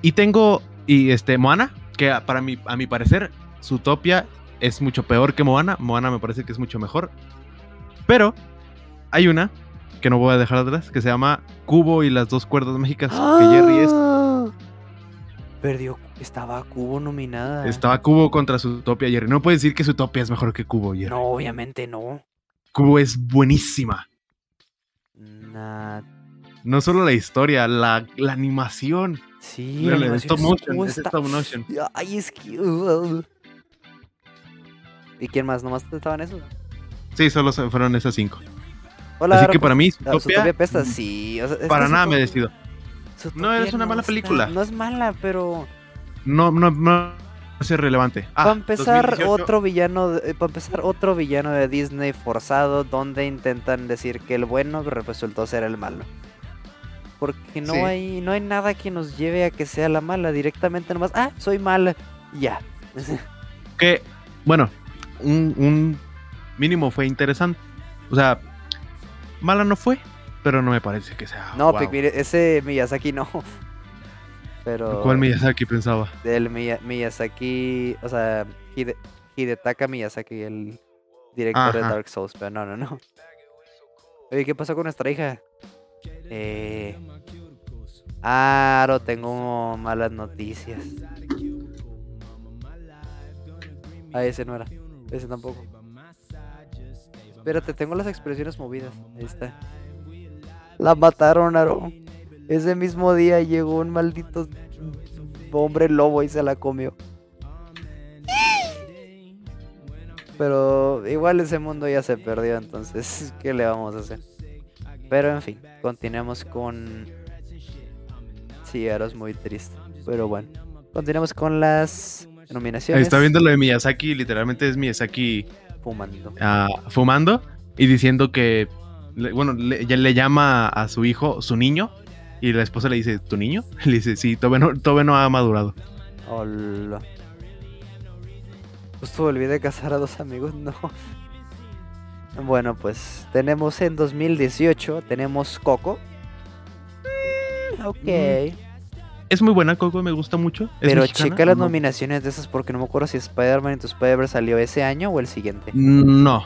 Y tengo, y este, Moana, que a- para mi, a mi parecer, Zootopia es mucho peor que Moana. Moana me parece que es mucho mejor. Pero hay una que no voy a dejar atrás, que se llama Cubo y las dos cuerdas mágicas, que Jerry es-
¡Ah! Perdió. Estaba Cubo nominada.
Estaba Cubo contra Zootopia, Jerry. No puedes decir que Zootopia es mejor que Cubo, Jerry.
No, obviamente no.
Cubo es buenísima.
Nah,
No solo la historia, la, la animación.
Sí,
Mira,
la
la de
animación
stop
es-
motion,
uh,
es
está-
stop motion.
Ay, es que. uh, ¿Y quién más? ¿Nomás estaban esos?
Sí, solo se- fueron esas cinco.
Hola, pues,
Así que para mí,
Zootopia,
Zootopia,
pesta, sí. o sea, es que
para nada me
Zootopia-
decido. No,
Zootopia
es una mala
está-
película.
No es mala, pero.
No, no, no es relevante. Ah,
para empezar,
2018,
otro villano. para empezar, otro villano de Disney forzado donde intentan decir que el bueno resultó ser el malo. Porque no
Sí.
hay. No hay nada que nos lleve a que sea la mala. Directamente nomás. Ah, soy mala. y Ya.
Que, bueno, un, un mínimo fue interesante. O sea, mala no fue, pero no me parece que sea.
No,
wow.
Pic, mire, ese Miyazaki no. [laughs] Pero.
¿Cuál Miyazaki pensaba?
Del Miya- Miyazaki. O sea, Hide- Hidetaka Miyazaki, el director de
Ajá.
Dark Souls. Pero no, no, no. Oye, ¿qué pasó con nuestra hija? Eh. Aro, tengo malas noticias. Ah, ese no era. Ese tampoco. Espérate, tengo las expresiones movidas. Ahí está. La mataron, Aro. Ese mismo día llegó un maldito hombre lobo y se la comió. Pero igual ese mundo ya se perdió, entonces, [laughs] ¿qué le vamos a hacer? Pero en fin, continuemos con... Sí, Aro es muy triste, pero bueno. Continuemos con las nominaciones.
Está viendo lo de Miyazaki, literalmente es Miyazaki
Fumando.
ah, fumando y diciendo que le- bueno, le, ya le llama a su hijo su niño. Y la esposa le dice, ¿tu niño? [laughs] Le dice, sí, todavía no, todavía no ha madurado.
Hola. Justo volví de casar a dos amigos, no. Bueno, pues tenemos en 2018, tenemos Coco. Mm, ok.
Es muy buena, Coco, me gusta mucho. ¿Es
Pero
mexicana?
checa las
No.
nominaciones de esas porque no me acuerdo si Spider-Man Into Spider-Verse salió ese año o el siguiente.
Mm, No.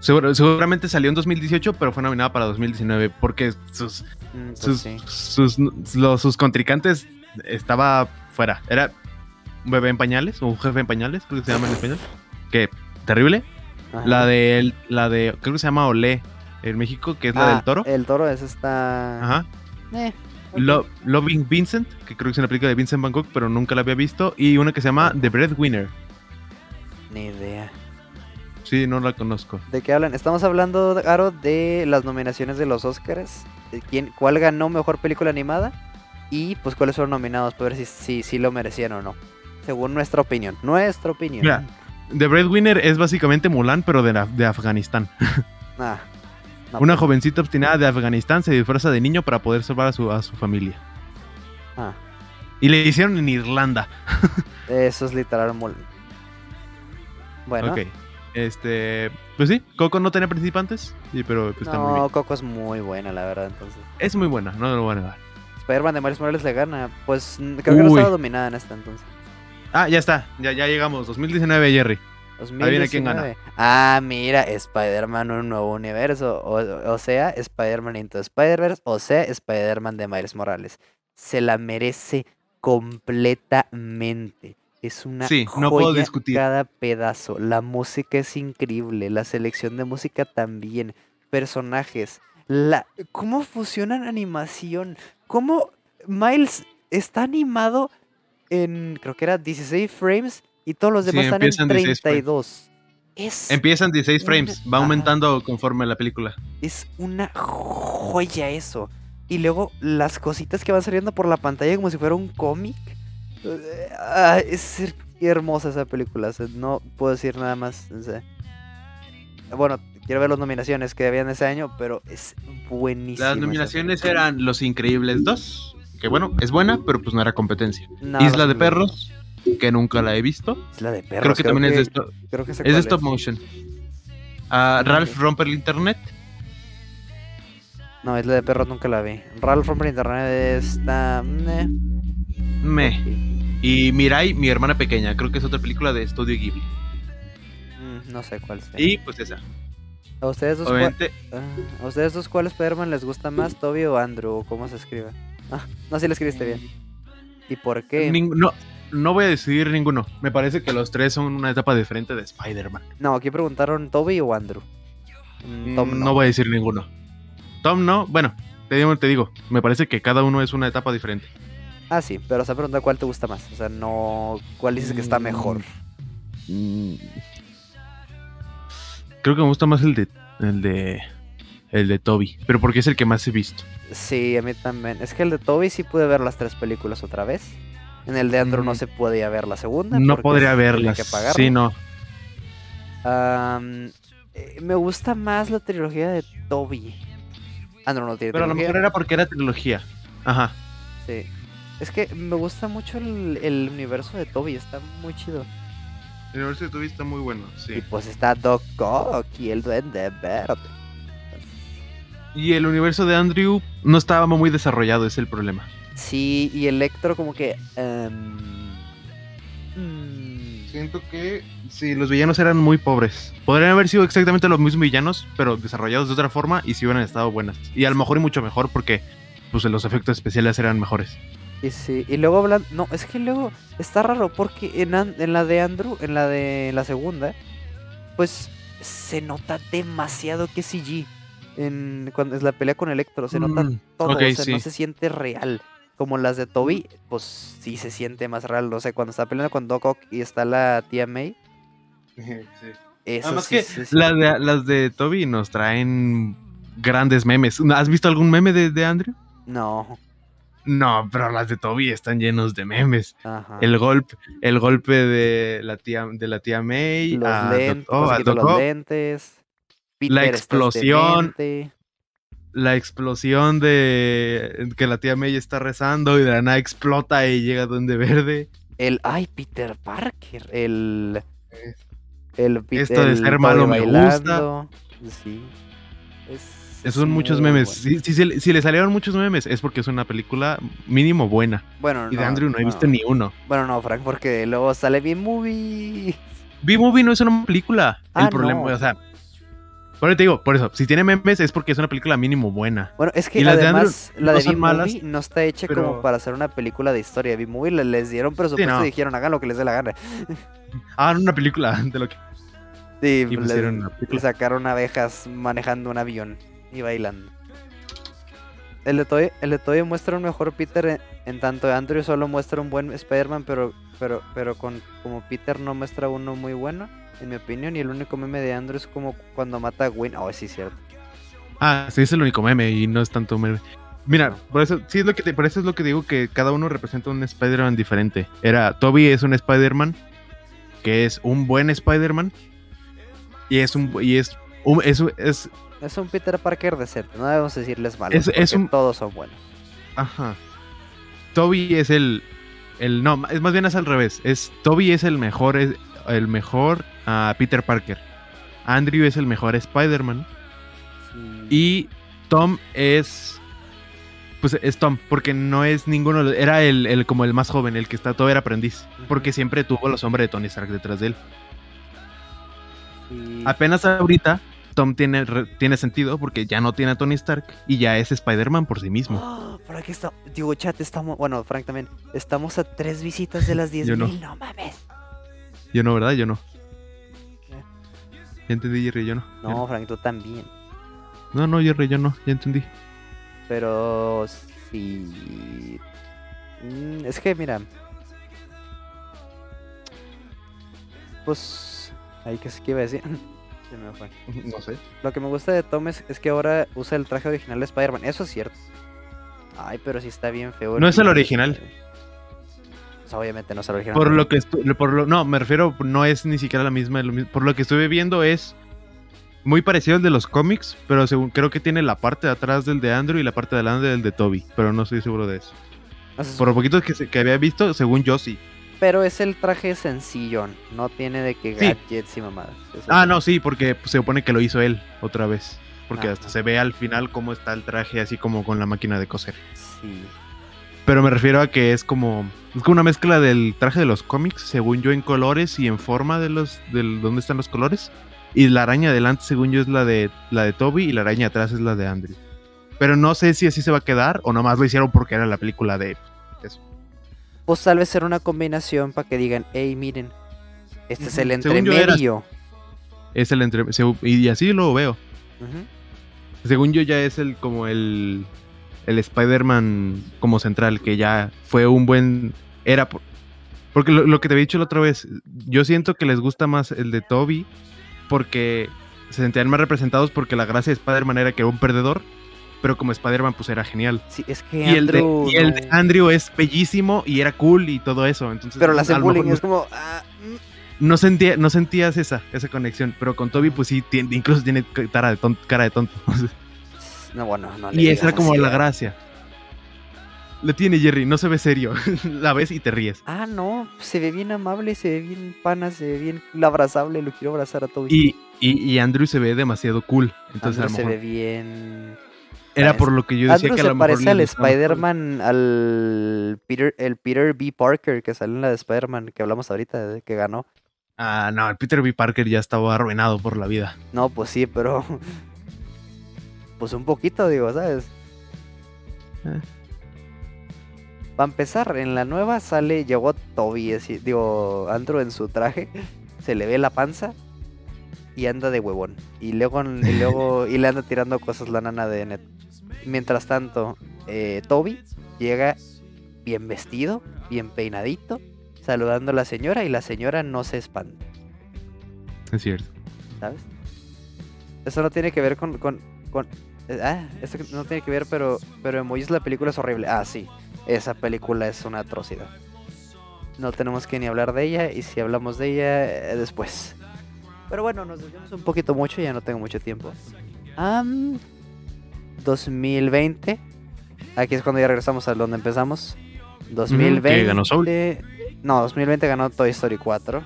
Seguro- seguramente salió en 2018, pero fue nominada para 2019 porque sus,
Mm, pues
sus,
sí.
sus, los- sus contrincantes estaba fuera. Era un bebé en pañales, o un jefe en pañales, creo que se llama en español. Que terrible.
Ajá.
La de, la de, creo que se llama Olé en México, que es la
Ah,
del toro.
El toro es esta.
Ajá.
Eh, ok.
Lo- Loving Vincent, que creo que es una película de Vincent Bangkok, pero nunca la había visto. Y una que se llama The Breadwinner.
Ni idea.
Sí, no la conozco.
¿De qué hablan? Estamos hablando, Aro, de las nominaciones de los Oscars. de quién, ¿Cuál ganó mejor película animada? Y pues cuáles fueron nominados para ver si, si, si lo merecían o no. Según nuestra opinión. Nuestra opinión.
Mira. The Breadwinner es básicamente Mulan, pero de, la- de Afganistán.
Ah, no,
Una
pues,
jovencita obstinada de Afganistán se disfraza de niño para poder salvar a su, a su familia.
ah,
Y le hicieron en Irlanda.
eso es literal mol- Bueno,
Ok. Este. Pues sí, Coco no tenía participantes. Sí, pero pues, está muy bien.
no, Coco es muy buena, la verdad, entonces.
Es muy buena, no lo voy a negar.
Spider-Man de Miles Morales le gana. Pues mm, creo que no
Uy.
estaba dominada en esta entonces.
Ah, ya está. Ya, ya llegamos. 2019, Jerry. viene quién gana.
2019. Ah, mira, Spider-Man un nuevo universo. O, o sea, Spider-Man Into Spider-Verse. O sea, Spider-Man de Miles Morales. Se la merece completamente. Es una
Sí, no puedo
joya
discutir.
cada pedazo. La música es increíble. La selección de música también. Personajes. La, ¿Cómo fusionan animación? ¿Cómo Miles está animado en, creo que era 16 frames y todos los
Sí,
demás están en
empiezan 16 frames.
32. Es,
Empiezan 16 frames. Va
Ajá.
aumentando conforme la película.
es una joya eso. Y luego las cositas que van saliendo por la pantalla como si fuera un cómic. Eh, ah, Es her- hermosa esa película, o sea, no puedo decir nada más. o sea. Bueno, quiero ver las nominaciones que habían ese año, pero es buenísima.
Las
esa
nominaciones
película.
eran Los Increíbles 2. Que bueno, es buena, pero pues no era competencia.
No,
Isla
Los
de
Increíbles.
Perros, que nunca la he visto.
Isla de perros.
creo que también es de esto.
creo que sé
Es
cuál
de stop motion. Ah, Ralph rompe el internet.
No, Isla de perros nunca la vi. Ralph from Internet está. eh,
Me.
ok.
Y Mirai, mi hermana pequeña. Creo que es otra película de Studio Ghibli.
Mm, no sé cuál sea.
Y pues esa.
¿A ustedes dos, cuál,
Obviamente,
ah, ¿a ustedes dos cuál Spider-Man les gusta más, Toby o Andrew? o ¿Cómo se escribe? Ah, no, si lo escribiste bien. ¿Y por qué?
ning- no, no voy a decidir ninguno. Me parece que los tres son una etapa diferente de Spider-Man.
No, aquí preguntaron Toby o Andrew. Mm, Tom,
no. voy a decir ninguno. Tom no. Bueno, te digo, te digo. Me parece que cada uno es una etapa diferente.
Ah, sí, pero se ha preguntado cuál te gusta más. O sea, no. ¿Cuál dices que está
Mm.
mejor? Mm.
Creo que me gusta más el de. El de. El de Toby. Pero porque es el que más he visto.
Ah, Sí, a mí también. Es que el de Toby sí pude ver las tres películas otra vez. En el de Andrew no
Mm.
se podía ver la segunda.
No
porque
podría
se tenía
verlas.
que pagarla.
Sí, no.
Am, eh, me gusta más la trilogía de Toby. Andrew no tiene
Pero a lo
trilogía,
mejor era porque era trilogía. Ajá.
sí. Es que me gusta mucho el, el universo de Toby, está muy chido.
El universo de Toby está muy bueno,
Y
sí.
pues está Doc Ock y el duende verde.
Y el universo de Andrew no estaba muy desarrollado, es el problema.
Sí, y Electro como que... em, mm,
Siento que sí, los villanos eran muy pobres. Podrían haber sido exactamente los mismos villanos, pero desarrollados de otra forma y si hubieran estado buenas. Y a lo mejor y mucho mejor porque pues los efectos especiales eran mejores.
Y sí, y luego hablan, no, es que luego está raro porque en, an- en la de Andrew, en la de en la segunda, pues se nota demasiado que es CG. En cuando es la pelea con Electro, se nota
[laughs] Mm,
todo,
ok,
o sea, no
sí.
se siente real. Como las de Toby, pues sí se siente más real, no sé, cuando está peleando con Doc Ock y está la tía May, eso
Además
sí
que
se siente-
las de, las de Toby nos traen grandes memes. ¿Has visto algún meme de, de Andrew?
No,
No, pero las de Toby están llenos de memes.
ajá.
el golpe el golpe de la tía de la tía May
los
a Doc-
lentes,
oh, a
se quita
Doc
los
Ock,
lentes.
La
estás
explosión.
demente.
La explosión de que la tía May está rezando y de la nada explota y llega Duende Verde.
El, ay, Peter Parker. El. El Pit-
Esto de
el
ser
Toddy
malo me
bailando, Sí. Es, es
Es un muchos
muy
memes.
bueno.
Si, si- si- si le salieron muchos memes, es porque es una película mínimo buena.
Bueno,
Y de Andrew no he visto ni uno.
Bueno, no, Frank, porque luego sale bien movie.
B-Movie no es una película.
Ah,
el problema,
no.
o sea. Por eso te digo, por eso, si tiene memes es porque es una película mínimo buena.
Bueno, es que
Y las de Andrew
además la
no
de
son malas,
B-Movie no está hecha como
pero-
para hacer una película de historia. B-Movie le- les dieron presupuesto
no.
y dijeron hagan lo que les dé la gana.
Ah, una película [laughs] de lo que.
Sí,
Y
le-
pusieron una
le
película.
sacaron abejas manejando un avión y bailando. El de Toy, el de Toy muestra un mejor Peter en, en tanto Andrew solo muestra un buen Spider-Man, pero, pero, pero con, como Peter no muestra uno muy bueno, en mi opinión, y el único meme de Andrew es como cuando mata a Gwen. Oh, sí, cierto.
Ah, sí, es el único meme y no es tanto meme. Mira, por eso, sí es lo que te- por eso es lo que digo que cada uno representa un Spider-Man diferente. Era, Toby es un Spider-Man, que es un buen Spider-Man. Y es un y es, un- es, es
Es un Peter Parker decente, no debemos decirles malo.
Es- es un-
Todos son buenos.
Ajá. Toby es el. El no, es más bien es al revés. Es Toby es el mejor, es el mejor ah, Peter Parker. Andrew es el mejor Spider-Man. Y Tom es. Pues es Tom, porque no es ninguno. de- Era el, el- como el más joven, el que está todo era aprendiz. Porque siempre tuvo la sombra de Tony Stark detrás de él.
Y-
Apenas ahorita, Tom tiene, re- tiene sentido porque ya no tiene a Tony Stark y ya es Spider-Man por sí mismo.
¡Ah! Por aquí está. Digo, chat, estamos. Bueno, Frank también. Estamos a tres visitas de las 10.000.
[laughs] Yo no.
no. mames.
Yo no, ¿verdad? Yo no.
¿Qué?
Ya entendí, Jerry, yo no. Yo
No, Frank, tú también.
No, no, Jerry, yo no, ya entendí.
Pero sí. Mm, Es que, mira. Pues. Ahí que se que iba a decir. [clears throat] Se me fue.
No sé.
Lo que me gusta de Tom es, es que ahora usa el traje original de Spider-Man. Eso es cierto. Ay, pero sí está bien feo.
No es el
traje,
original.
güey. Pues obviamente no es el original.
Por
pero-
lo que estu- por lo no, me refiero, no es ni siquiera la misma, lo mi- por lo que estuve viendo es muy parecido al de los cómics, pero según creo que tiene la parte de atrás del de Andrew y la parte de adelante del de Toby, pero no estoy seguro de eso.
no sé si-
Por lo poquito que, se- que había visto, según yo sí.
Pero es el traje sencillón, no tiene de que
Sí.
gadgets y mamadas. eso
Ah,
sí.
no, sí, porque se supone que lo hizo él otra vez, porque
Ah.
hasta se ve al final cómo está el traje así como con la máquina de coser.
Sí.
Pero me refiero a que es como. Es como una mezcla del traje de los cómics, según yo, en colores y en forma de los. del dónde están los colores. Y la araña delante, según yo, es la de la de Toby y la araña atrás es la de Andrew. Pero no sé si así se va a quedar o nomás lo hicieron porque era la película de.
Pues tal vez ser una combinación para que digan, hey, miren, este es el
Ujú, según yo era-
entremedio.
Es el entre. se- Y así lo veo.
Ujú.
Según yo, ya es el como el. El Spider-Man como central, que ya fue un buen. Era. por- porque lo, lo que te había dicho la otra vez, yo siento que les gusta más el de Toby porque se sentían más representados porque la gracia de Spider-Man era que era un perdedor, pero como Spider-Man pues era genial.
Sí, es que
Y el, de,
Andrew
y el de
no-
Andrew es bellísimo y era cool y todo eso. Entonces,
Pero la
a
hacen
lo mejor
bullying,
no-
es como, ah, mm,
no, sentía, no sentías esa, esa conexión, pero con Toby pues sí, tiene- incluso tiene cara de tonto. Cara de tonto.
mm, no, bueno, no le
Y esa era
digamos
como
así,
la
¿verdad?
gracia. Lo tiene Jerry, no se ve serio. [laughs] la ves y te ríes.
Ah, no, se ve bien amable, se ve bien pana, se ve bien abrazable, lo quiero abrazar a Toby.
Y, y- y Andrew se ve demasiado cool.
Andrew
Entonces a lo
se
mejor
ve bien
era
parece-
por lo que yo decía
Andrew
que a
se
lo mejor
parece
le
al
gustaba.
Spider-Man, al Peter, el Peter B. Parker que sale en la de Spider-Man que hablamos ahorita, de que ganó.
Ah, no, el Peter B. Parker ya estaba arruinado por la vida.
No, pues sí, pero. [laughs] Pues un poquito, digo, ¿sabes?
Eh.
Para empezar, en la nueva sale, llegó Toby, así- digo, Andrew en su traje, [laughs] se le ve la panza y anda de huevón. Y luego, y luego y le anda tirando cosas la nana de Net. Mientras tanto, eh, Toby llega bien vestido, bien peinadito, saludando a la señora y la señora no se espanta.
Es cierto.
¿sabes? Eso no tiene que ver con... con, con- eh, ah, esto que no tiene que ver, pero, pero Emojis la película es horrible. Ah, sí, esa película es una atrocidad. No tenemos que ni hablar de ella y si hablamos de ella eh, después. Pero bueno, nos desviamos un poquito mucho, ya no tengo mucho tiempo. Am, 2020. Aquí es cuando ya regresamos a donde empezamos. 2020.
que ganó Soul.
No, 2020 ganó Toy Story 4.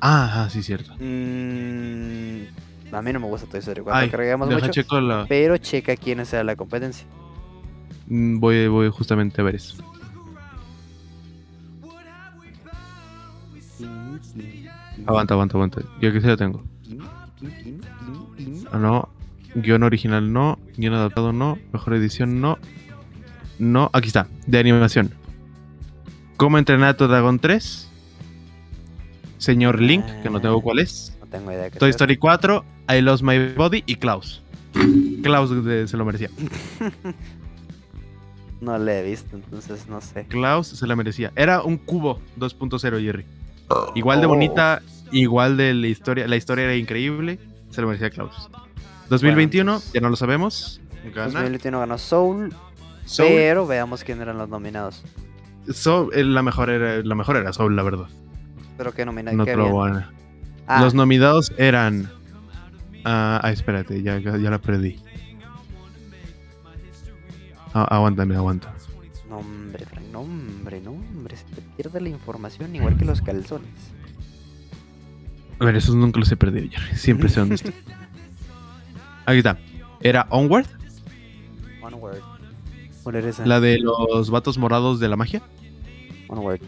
Ah, ah, sí, cierto.
Mm, a mí no me gusta Toy Story 4,
Ay,
que reguemos
deja
mucho.
checo la-
Pero checa quién sea la competencia.
Mm, Voy, voy justamente a ver eso. Aguanta, aguanta, aguanta. Yo aquí sí lo tengo. Ah, No. Guión original no. Guión adaptado no. Mejor edición no. No. Aquí está. De animación. ¿Cómo entrenar a tu dragón 3? Señor Link, que no tengo cuál es.
No tengo idea. de qué
Toy
sea.
Story 4, I Lost My Body y Klaus. Klaus de- se lo merecía.
No la he visto, entonces no sé.
Klaus se la merecía. Era un cubo 2.0, Jerry. Igual de
Oh.
bonita, igual de la historia. La historia era increíble. Se lo merecía Klaus. 2021,
entonces-
ya no lo sabemos. Gana.
2021 ganó Soul,
Soul.
pero veamos quién eran los nominados.
Soul, eh, la mejor era la mejor era Soul, la verdad.
Pero qué nominados.
No
qué
te lo
bien.
voy a-
Ah,
Los nominados eran Ah, ah, espérate, ya, ya la perdí. Ah, aguántame, aguanta.
no, hombre, Frank, no, hombre, no, hombre. Se te pierde la información igual que los calzones.
A ver, esos nunca los he perdido, Jerry. Siempre sé
[laughs]
dónde están. Aquí está. Era Onward,
One word. ¿Cuál era esa?
la de los vatos morados de la magia.
One word.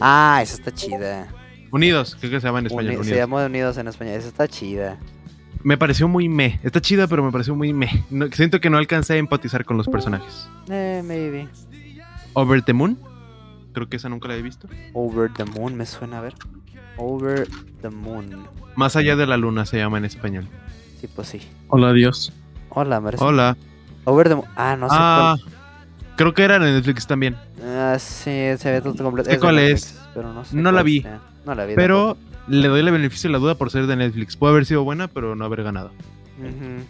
Ah, esa está chida.
Unidos, creo que se llama en español.
Uni-
Unidos.
se llamó de Unidos en español. Esa está chida.
Me pareció muy meh. Está chida, pero me pareció muy meh. No- siento que no alcancé a empatizar con los personajes.
Eh, maybe.
Over the Moon. Creo que esa nunca la he visto.
Over the Moon, me suena a ver. Over the Moon.
Más allá de la luna se llama en español.
Sí, pues sí.
Hola, Dios.
Hola, Marcelo.
Hola.
Over the Moon. Ah, no sé
ah, creo que era en Netflix también.
cuál. Ah, sí, se ve todo completo.
Sé
de
cuál
Netflix,
es.
Pero no sé
No la
cuál
vi.
sea. No la vi.
Pero le doy el beneficio de la duda por ser de Netflix. Puede haber sido buena, pero no haber ganado.
tampoco. Ujú.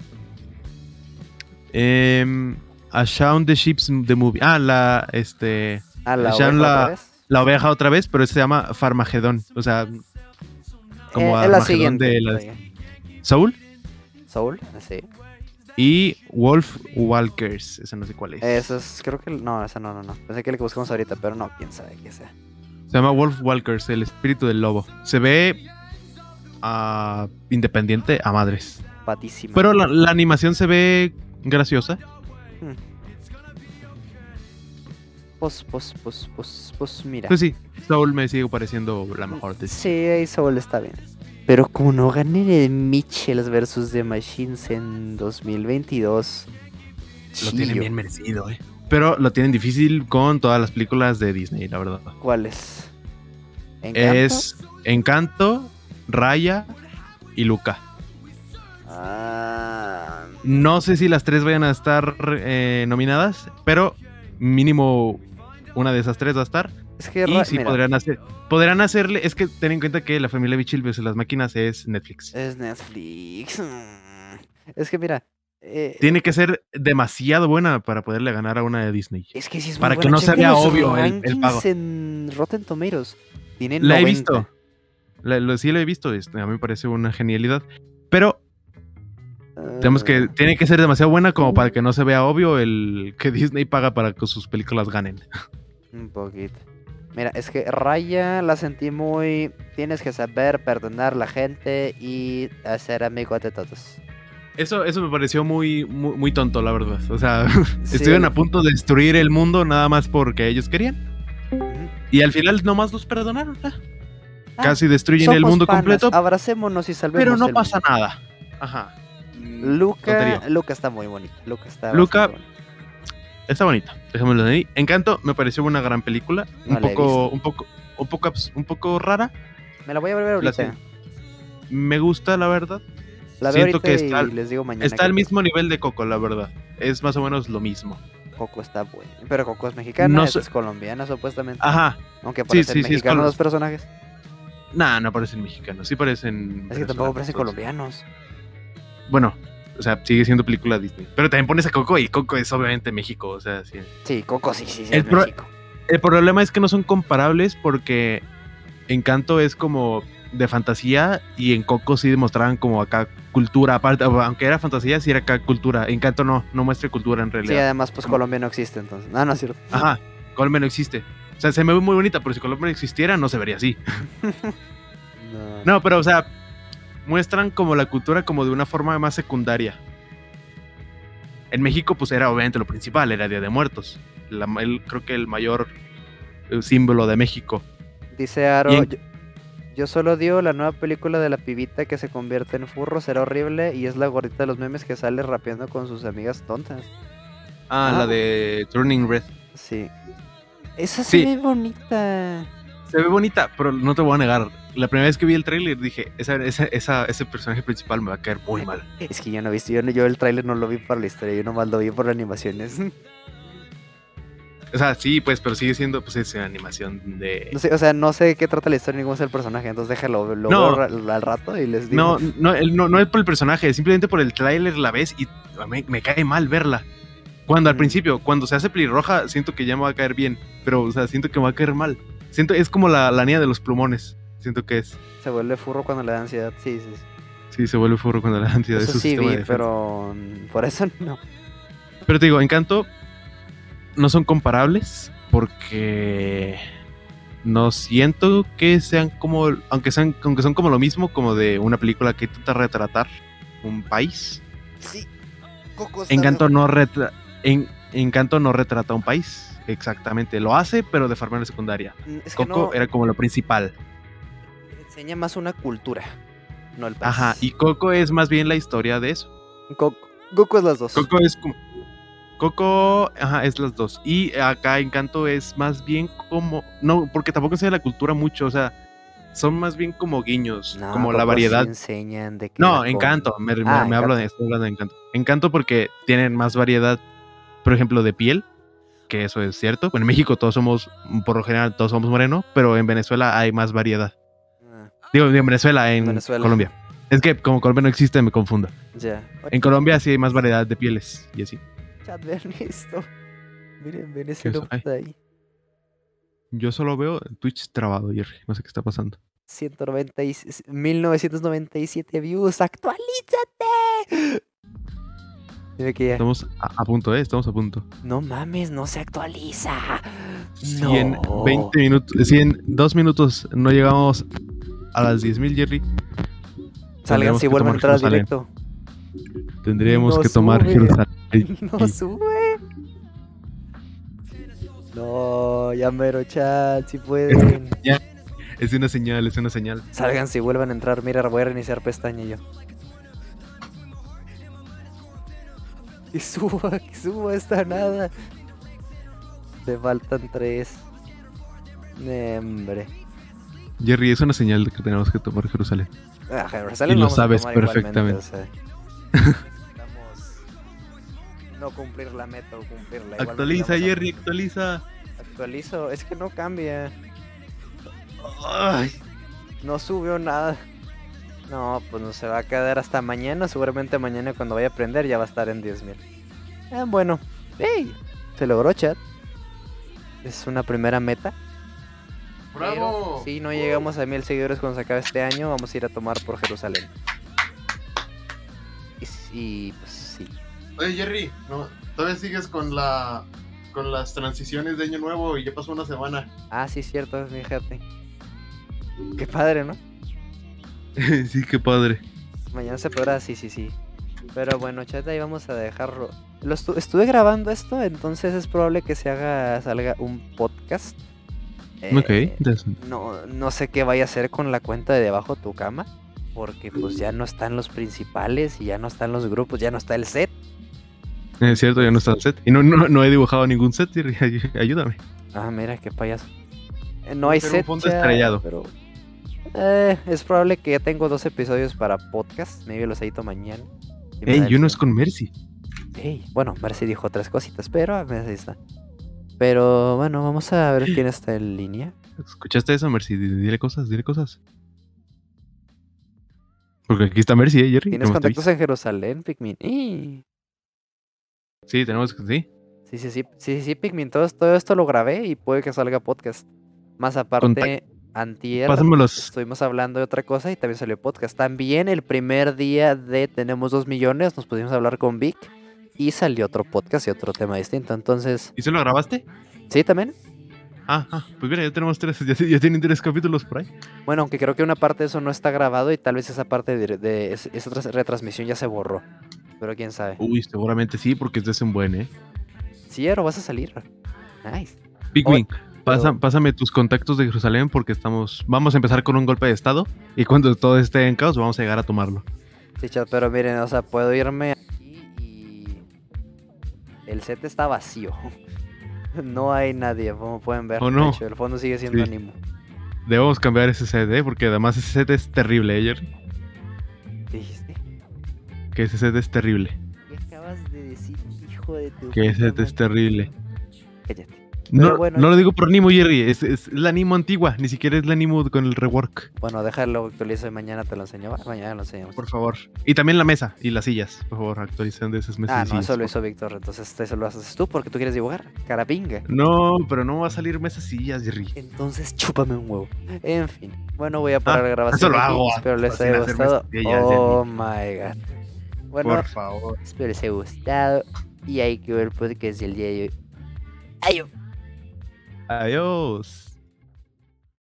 Em, a Shaun the Sheep's the Movie. Ah, la, este,
Ah, la
Sean
oveja otra
la-
vez.
la oveja otra vez, pero se llama Farmagedón. O sea, como
Eh, es la
Armagedón
siguiente.
de las-
oye.
Saul
Soul, Ah, sí.
y Wolf Walkers. Esa no sé cuál es.
Eso es, creo que. No, esa no, no, no. Pensé que la que buscamos ahorita, pero no, quién sabe qué sea.
Se llama Wolf Walkers, el espíritu del lobo. Se ve ah, independiente a madres.
Patísima.
Pero la, la animación se ve graciosa.
Pues, pues, pues, pues, pues, mira.
Pues sí, Soul me sigue pareciendo la mejor. de-
Sí, ahí Soul está bien. Pero como no gané el Mitchells versus The Machines en 2022.
Lo
chillo.
tienen bien merecido, eh. Pero lo tienen difícil con todas las películas de Disney, la verdad.
¿Cuál es? ¿Encanto?
Es Encanto, Raya y Luca.
Ah,
No sé si las tres vayan a estar eh, nominadas, pero mínimo una de esas tres va a estar.
es que Ra-
Y sí
mira,
podrían hacer. Podrán hacerle. Es que ten en cuenta que la familia Bichil versus las máquinas es Netflix.
es Netflix. mm. Es que mira, eh,
Tiene que ser demasiado buena para poderle ganar a una de Disney.
es que sí es muy
para que
buena.
no
Checa
se vea
los
obvio el- el
rankings
pago.
en Rotten Tomatoes tienen
La he
90.
visto. La- lo, sí, lo he visto. este, a mí me parece una genialidad. Pero tenemos que,
Ah,
tiene que ser demasiado buena como para que no se vea obvio el que Disney paga para que sus películas ganen.
Un poquito. Mira, es que Raya la sentí muy. Tienes que saber perdonar a la gente y hacer amigos de todos.
Eso, eso me pareció muy, muy, muy tonto, la verdad. O sea, [laughs]
Sí,
estuvieron a punto de destruir el mundo nada más porque ellos querían.
Ujú.
Y al final nomás los perdonaron. ah.
Ah,
Casi destruyen el
somos
mundo
panas,
completo,
Abracémonos y salvemos.
pero no
el
pasa
mundo.
nada. Ajá.
Luca,
Tontería.
Luca está muy bonito. Luca está.
Luca,
bastante bonito.
Está bonita. Dejémoslo ahí. Encanto me pareció una gran película.
No
un,
la he
poco, un poco, un poco, abs- un poco rara.
Me la voy a ver ahorita.
sí. Me gusta, la verdad.
La veo
siento
ahorita
que está
y
al-
les digo mañana.
Está
qué
al
tal.
mismo nivel de Coco, la verdad. Es más o menos lo mismo.
Coco está bueno. Pero Coco es mexicana,
No
esta
sé-
es colombiana supuestamente.
Ajá.
Aunque
sí,
parecen
sí, sí, es
mexicanos
colo-
los personajes.
Nah, no parecen mexicanos. Sí parecen.
Es que tampoco
venezolanos,
parecen
entonces.
colombianos.
Bueno, o sea, sigue siendo película Disney. Pero también pones a Coco y Coco es obviamente México. O sea, sí.
Sí, Coco sí, sí, sí.
El
es
pro-
México.
El problema es que no son comparables porque Encanto es como de fantasía y en Coco sí demostraban como acá cultura, aparte, aunque era fantasía, sí era acá cultura. Encanto no, no muestra cultura en
Sí,
realidad.
además, pues Colombia no existe, entonces. Ah, No, no es cierto.
Ajá, Colombia no existe. O sea, se me ve muy bonita, pero si Colombia existiera no se vería así.
No.
No, pero o sea, muestran como la cultura como de una forma más secundaria. En México pues era obviamente lo principal, era Día de Muertos. La- el- creo que el mayor eh, símbolo de México.
Dice Aro,
Y en-
yo, yo solo odio la nueva película de la pibita que se convierte en furro, será horrible y es la gordita de los memes que sale rapeando con sus amigas tontas.
Ah,
Ah.
la de Turning Red.
Sí. Esa
Sí.
sí es bonita.
Se ve bonita, pero no te voy a negar. La primera vez que vi el tráiler dije, "Esa- esa- esa- ese personaje principal me va a caer muy mal.
Es que yo no he visto, yo, no- yo el tráiler no lo vi para la historia, yo nomás lo vi por animaciones.
O sea, sí, pues, pero sigue siendo pues es una animación de...
No sé, o sea, no sé de qué trata la historia ni cómo es el personaje, entonces déjalo, lo
No.
veo ra- al, rato y les digo.
No, no, el- no, no es por el personaje, simplemente por el tráiler la ves y a mí me cae mal verla. Cuando al
Mm.
principio, cuando se hace pelirroja, siento que ya me va a caer bien, pero o sea, siento que me va a caer mal. Siento, es como la, la niña de los plumones, siento que es.
Se vuelve furro cuando le da ansiedad, sí, sí. sí.
Sí, se vuelve furro cuando la ansiedad es
Eso
su
sí
sistema de
vi,
defensa.
pero mm, por eso no.
Pero te digo, Encanto no son comparables porque no siento que sean como, aunque sean, aunque son como lo mismo, como de una película que intenta retratar un país.
Sí. Coco está
Encanto no retra en, Encanto no retrata un país, exactamente. Lo hace, pero de forma secundaria.
mejor. Mm, Es que
Coco
no,
era como lo principal.
enseña más una cultura, no el país.
Ajá, y Coco es más bien la historia de eso.
Coco, Coco es las dos.
Coco es como. Coco, ajá, es las dos. Y acá Encanto es más bien como. No, porque tampoco se de la cultura mucho, o sea, son más bien como guiños,
No,
como la
Coco sí
variedad.
enseñan de que la
No,
com-
Encanto, me, me-
Ah,
me hablo de estoy hablando de Encanto. Encanto porque tienen más variedad, por ejemplo, de piel, que eso es cierto. Bueno, en México todos somos, por lo general, todos somos moreno, pero en Venezuela hay más variedad.
Ah,
Digo, en Venezuela, en
Venezuela.
Colombia. Es que como Colombia no existe, me confundo.
ya. Oye,
En Colombia sí hay más variedad de pieles y así.
chat, vean esto. [laughs] Miren, ven ese
Eso,
loop
ay.
de ahí.
Yo solo veo Twitch trabado, Jerry. No sé qué está pasando.
190 y s- 1997 views. ¡Actualízate! Dime que ya.
Estamos a, a punto, ¿eh? Estamos a punto.
No mames, no se actualiza.
100,
No.
20 minutos, 100, 2 minutos. No llegamos a las 10.000, Jerry.
Salgan
Tendremos
si
que
vuelven a entrar
tomar
al
Jerusalén.
directo.
Tendríamos
No
que tomar
sube.
Jerusalén.
No sube. No, ya mero chat, si pueden.
[laughs] Es una señal, es una señal.
Salgan si vuelvan a entrar. Mira, voy a reiniciar pestaña yo. Que suba, [laughs] que suba esta nada. Te faltan tres. Ne, Hombre.
Jerry, es una señal de que tenemos que tomar Jerusalén.
Ah, Jerusalén
Y lo
vamos a
sabes
tomar igualmente,
perfectamente.
o
[laughs]
sea. Necesitamos no cumplir la meta o cumplirla. igualmente
Actualiza,
vamos a-
Jerry, actualiza.
Actualizo, es que no cambia.
Ay,
No subió nada. No, pues no se va a quedar hasta mañana. Seguramente mañana cuando vaya a aprender ya va a estar en 10.000. Eh, bueno, hey, se logró chat. Es una primera meta.
¡Bravo!
Si no llegamos a mil seguidores cuando se acabe este año, vamos a ir a tomar por Jerusalén. Y, s- y, pues sí.
Oye, Jerry, no, todavía sigues con la con las transiciones de año nuevo y ya pasó una semana.
Ah, sí, cierto, fíjate. Qué padre, ¿no?
[laughs] sí, qué padre.
Mañana se podrá, sí, sí, sí. Pero bueno, chat, ahí vamos a dejarlo. Lo estu- estuve grabando esto, entonces es probable que se haga, salga un podcast. Eh,
Ok, interesante.
No, no sé qué vaya a hacer con la cuenta de debajo tu cama. Porque pues ya no están los principales y ya no están los grupos, ya no está el set.
Es cierto, ya no está el set. Y no, no, no he dibujado ningún set, Jerry. [laughs] ay- Ayúdame.
Ah, mira, qué payaso. Eh, No hay
Pero un
set.
fondo
ya,
estrellado.
Pero... Eh, es probable que ya tengo dos episodios para podcast. Maybe los edito mañana. si me da
Ey,
el
y uno es
tiempo.
con Mercy.
Ey, bueno, Mercy dijo otras cositas, pero a ver, ahí está. Pero bueno, vamos a ver quién está en línea.
¿Escuchaste eso, Mercy? Di- Dile cosas, dile cosas. Porque aquí está Mercy, ¿eh, Jerry?
¿Tienes
Nomás te
contactos en Jerusalén, Pikmin? ¡Ih!
aviso. Sí, tenemos que. Sí.
Sí, sí, sí, sí, sí, sí, Pikmin, todo, todo esto lo grabé y puede que salga podcast. Más aparte, antier.
Pásenmelos.
Estuvimos hablando de otra cosa y también salió podcast. También el primer día de Tenemos 2 millones nos pudimos hablar con Vic y salió otro podcast y otro tema distinto. Entonces,
¿Y se lo grabaste?
sí, también.
Ah, ah, pues mira, ya tenemos tres, [laughs] ya, ya tienen tres capítulos por ahí.
Bueno, aunque creo que una parte de eso no está grabado y tal vez esa parte de, de es- esa tras- retransmisión ya se borró. Pero quién sabe.
Uy, seguramente sí, porque este es un buen, ¿eh?
Sí, ahora vas a salir. Nice.
Big
Oye,
Wing, pasa-
Oh, pero-
pásame tus contactos de Jerusalén porque estamos, vamos a empezar con un golpe de estado y cuando todo esté en caos vamos a llegar a tomarlo.
Sí, chat, pero miren, o sea, puedo irme aquí y. El set está vacío. [laughs] No hay nadie, como pueden ver.
Oh, no.
De hecho, el fondo sigue siendo
Sí.
ánimo.
Debemos cambiar ese set, ¿eh? Porque además ese set es terrible, ¿eh, Jerry?
¿Qué dijiste?
Que ese set es terrible.
¿Qué acabas de decir, hijo de tu.
Que
puta
ese set es
madre?
terrible.
Cállate.
No,
bueno.
no lo digo por Nimo, Jerry, es, es la Nimo antigua, ni siquiera es la Nimo con el rework.
Bueno, déjalo actualizo y mañana te lo enseño. va, Mañana lo enseñamos.
Por favor. Y también la mesa y las sillas, por favor, actualicen de esas mesas.
Ah,
y
no,
sillas,
eso lo
por
hizo Víctor. Entonces, eso lo haces tú porque tú quieres dibujar. Carapinga.
No, pero no va a salir mesas sillas, Jerry.
Entonces, chúpame un huevo. En fin. Bueno, voy a parar la grabación.
Ah, eso lo
aquí,
hago,
Espero les
sin
haya
hacerme
gustado.
estrellas,
Oh my god. Bueno,
Por favor.
espero les haya gustado. Y hay que ver el podcast del día de hoy. Adiós.
Adiós.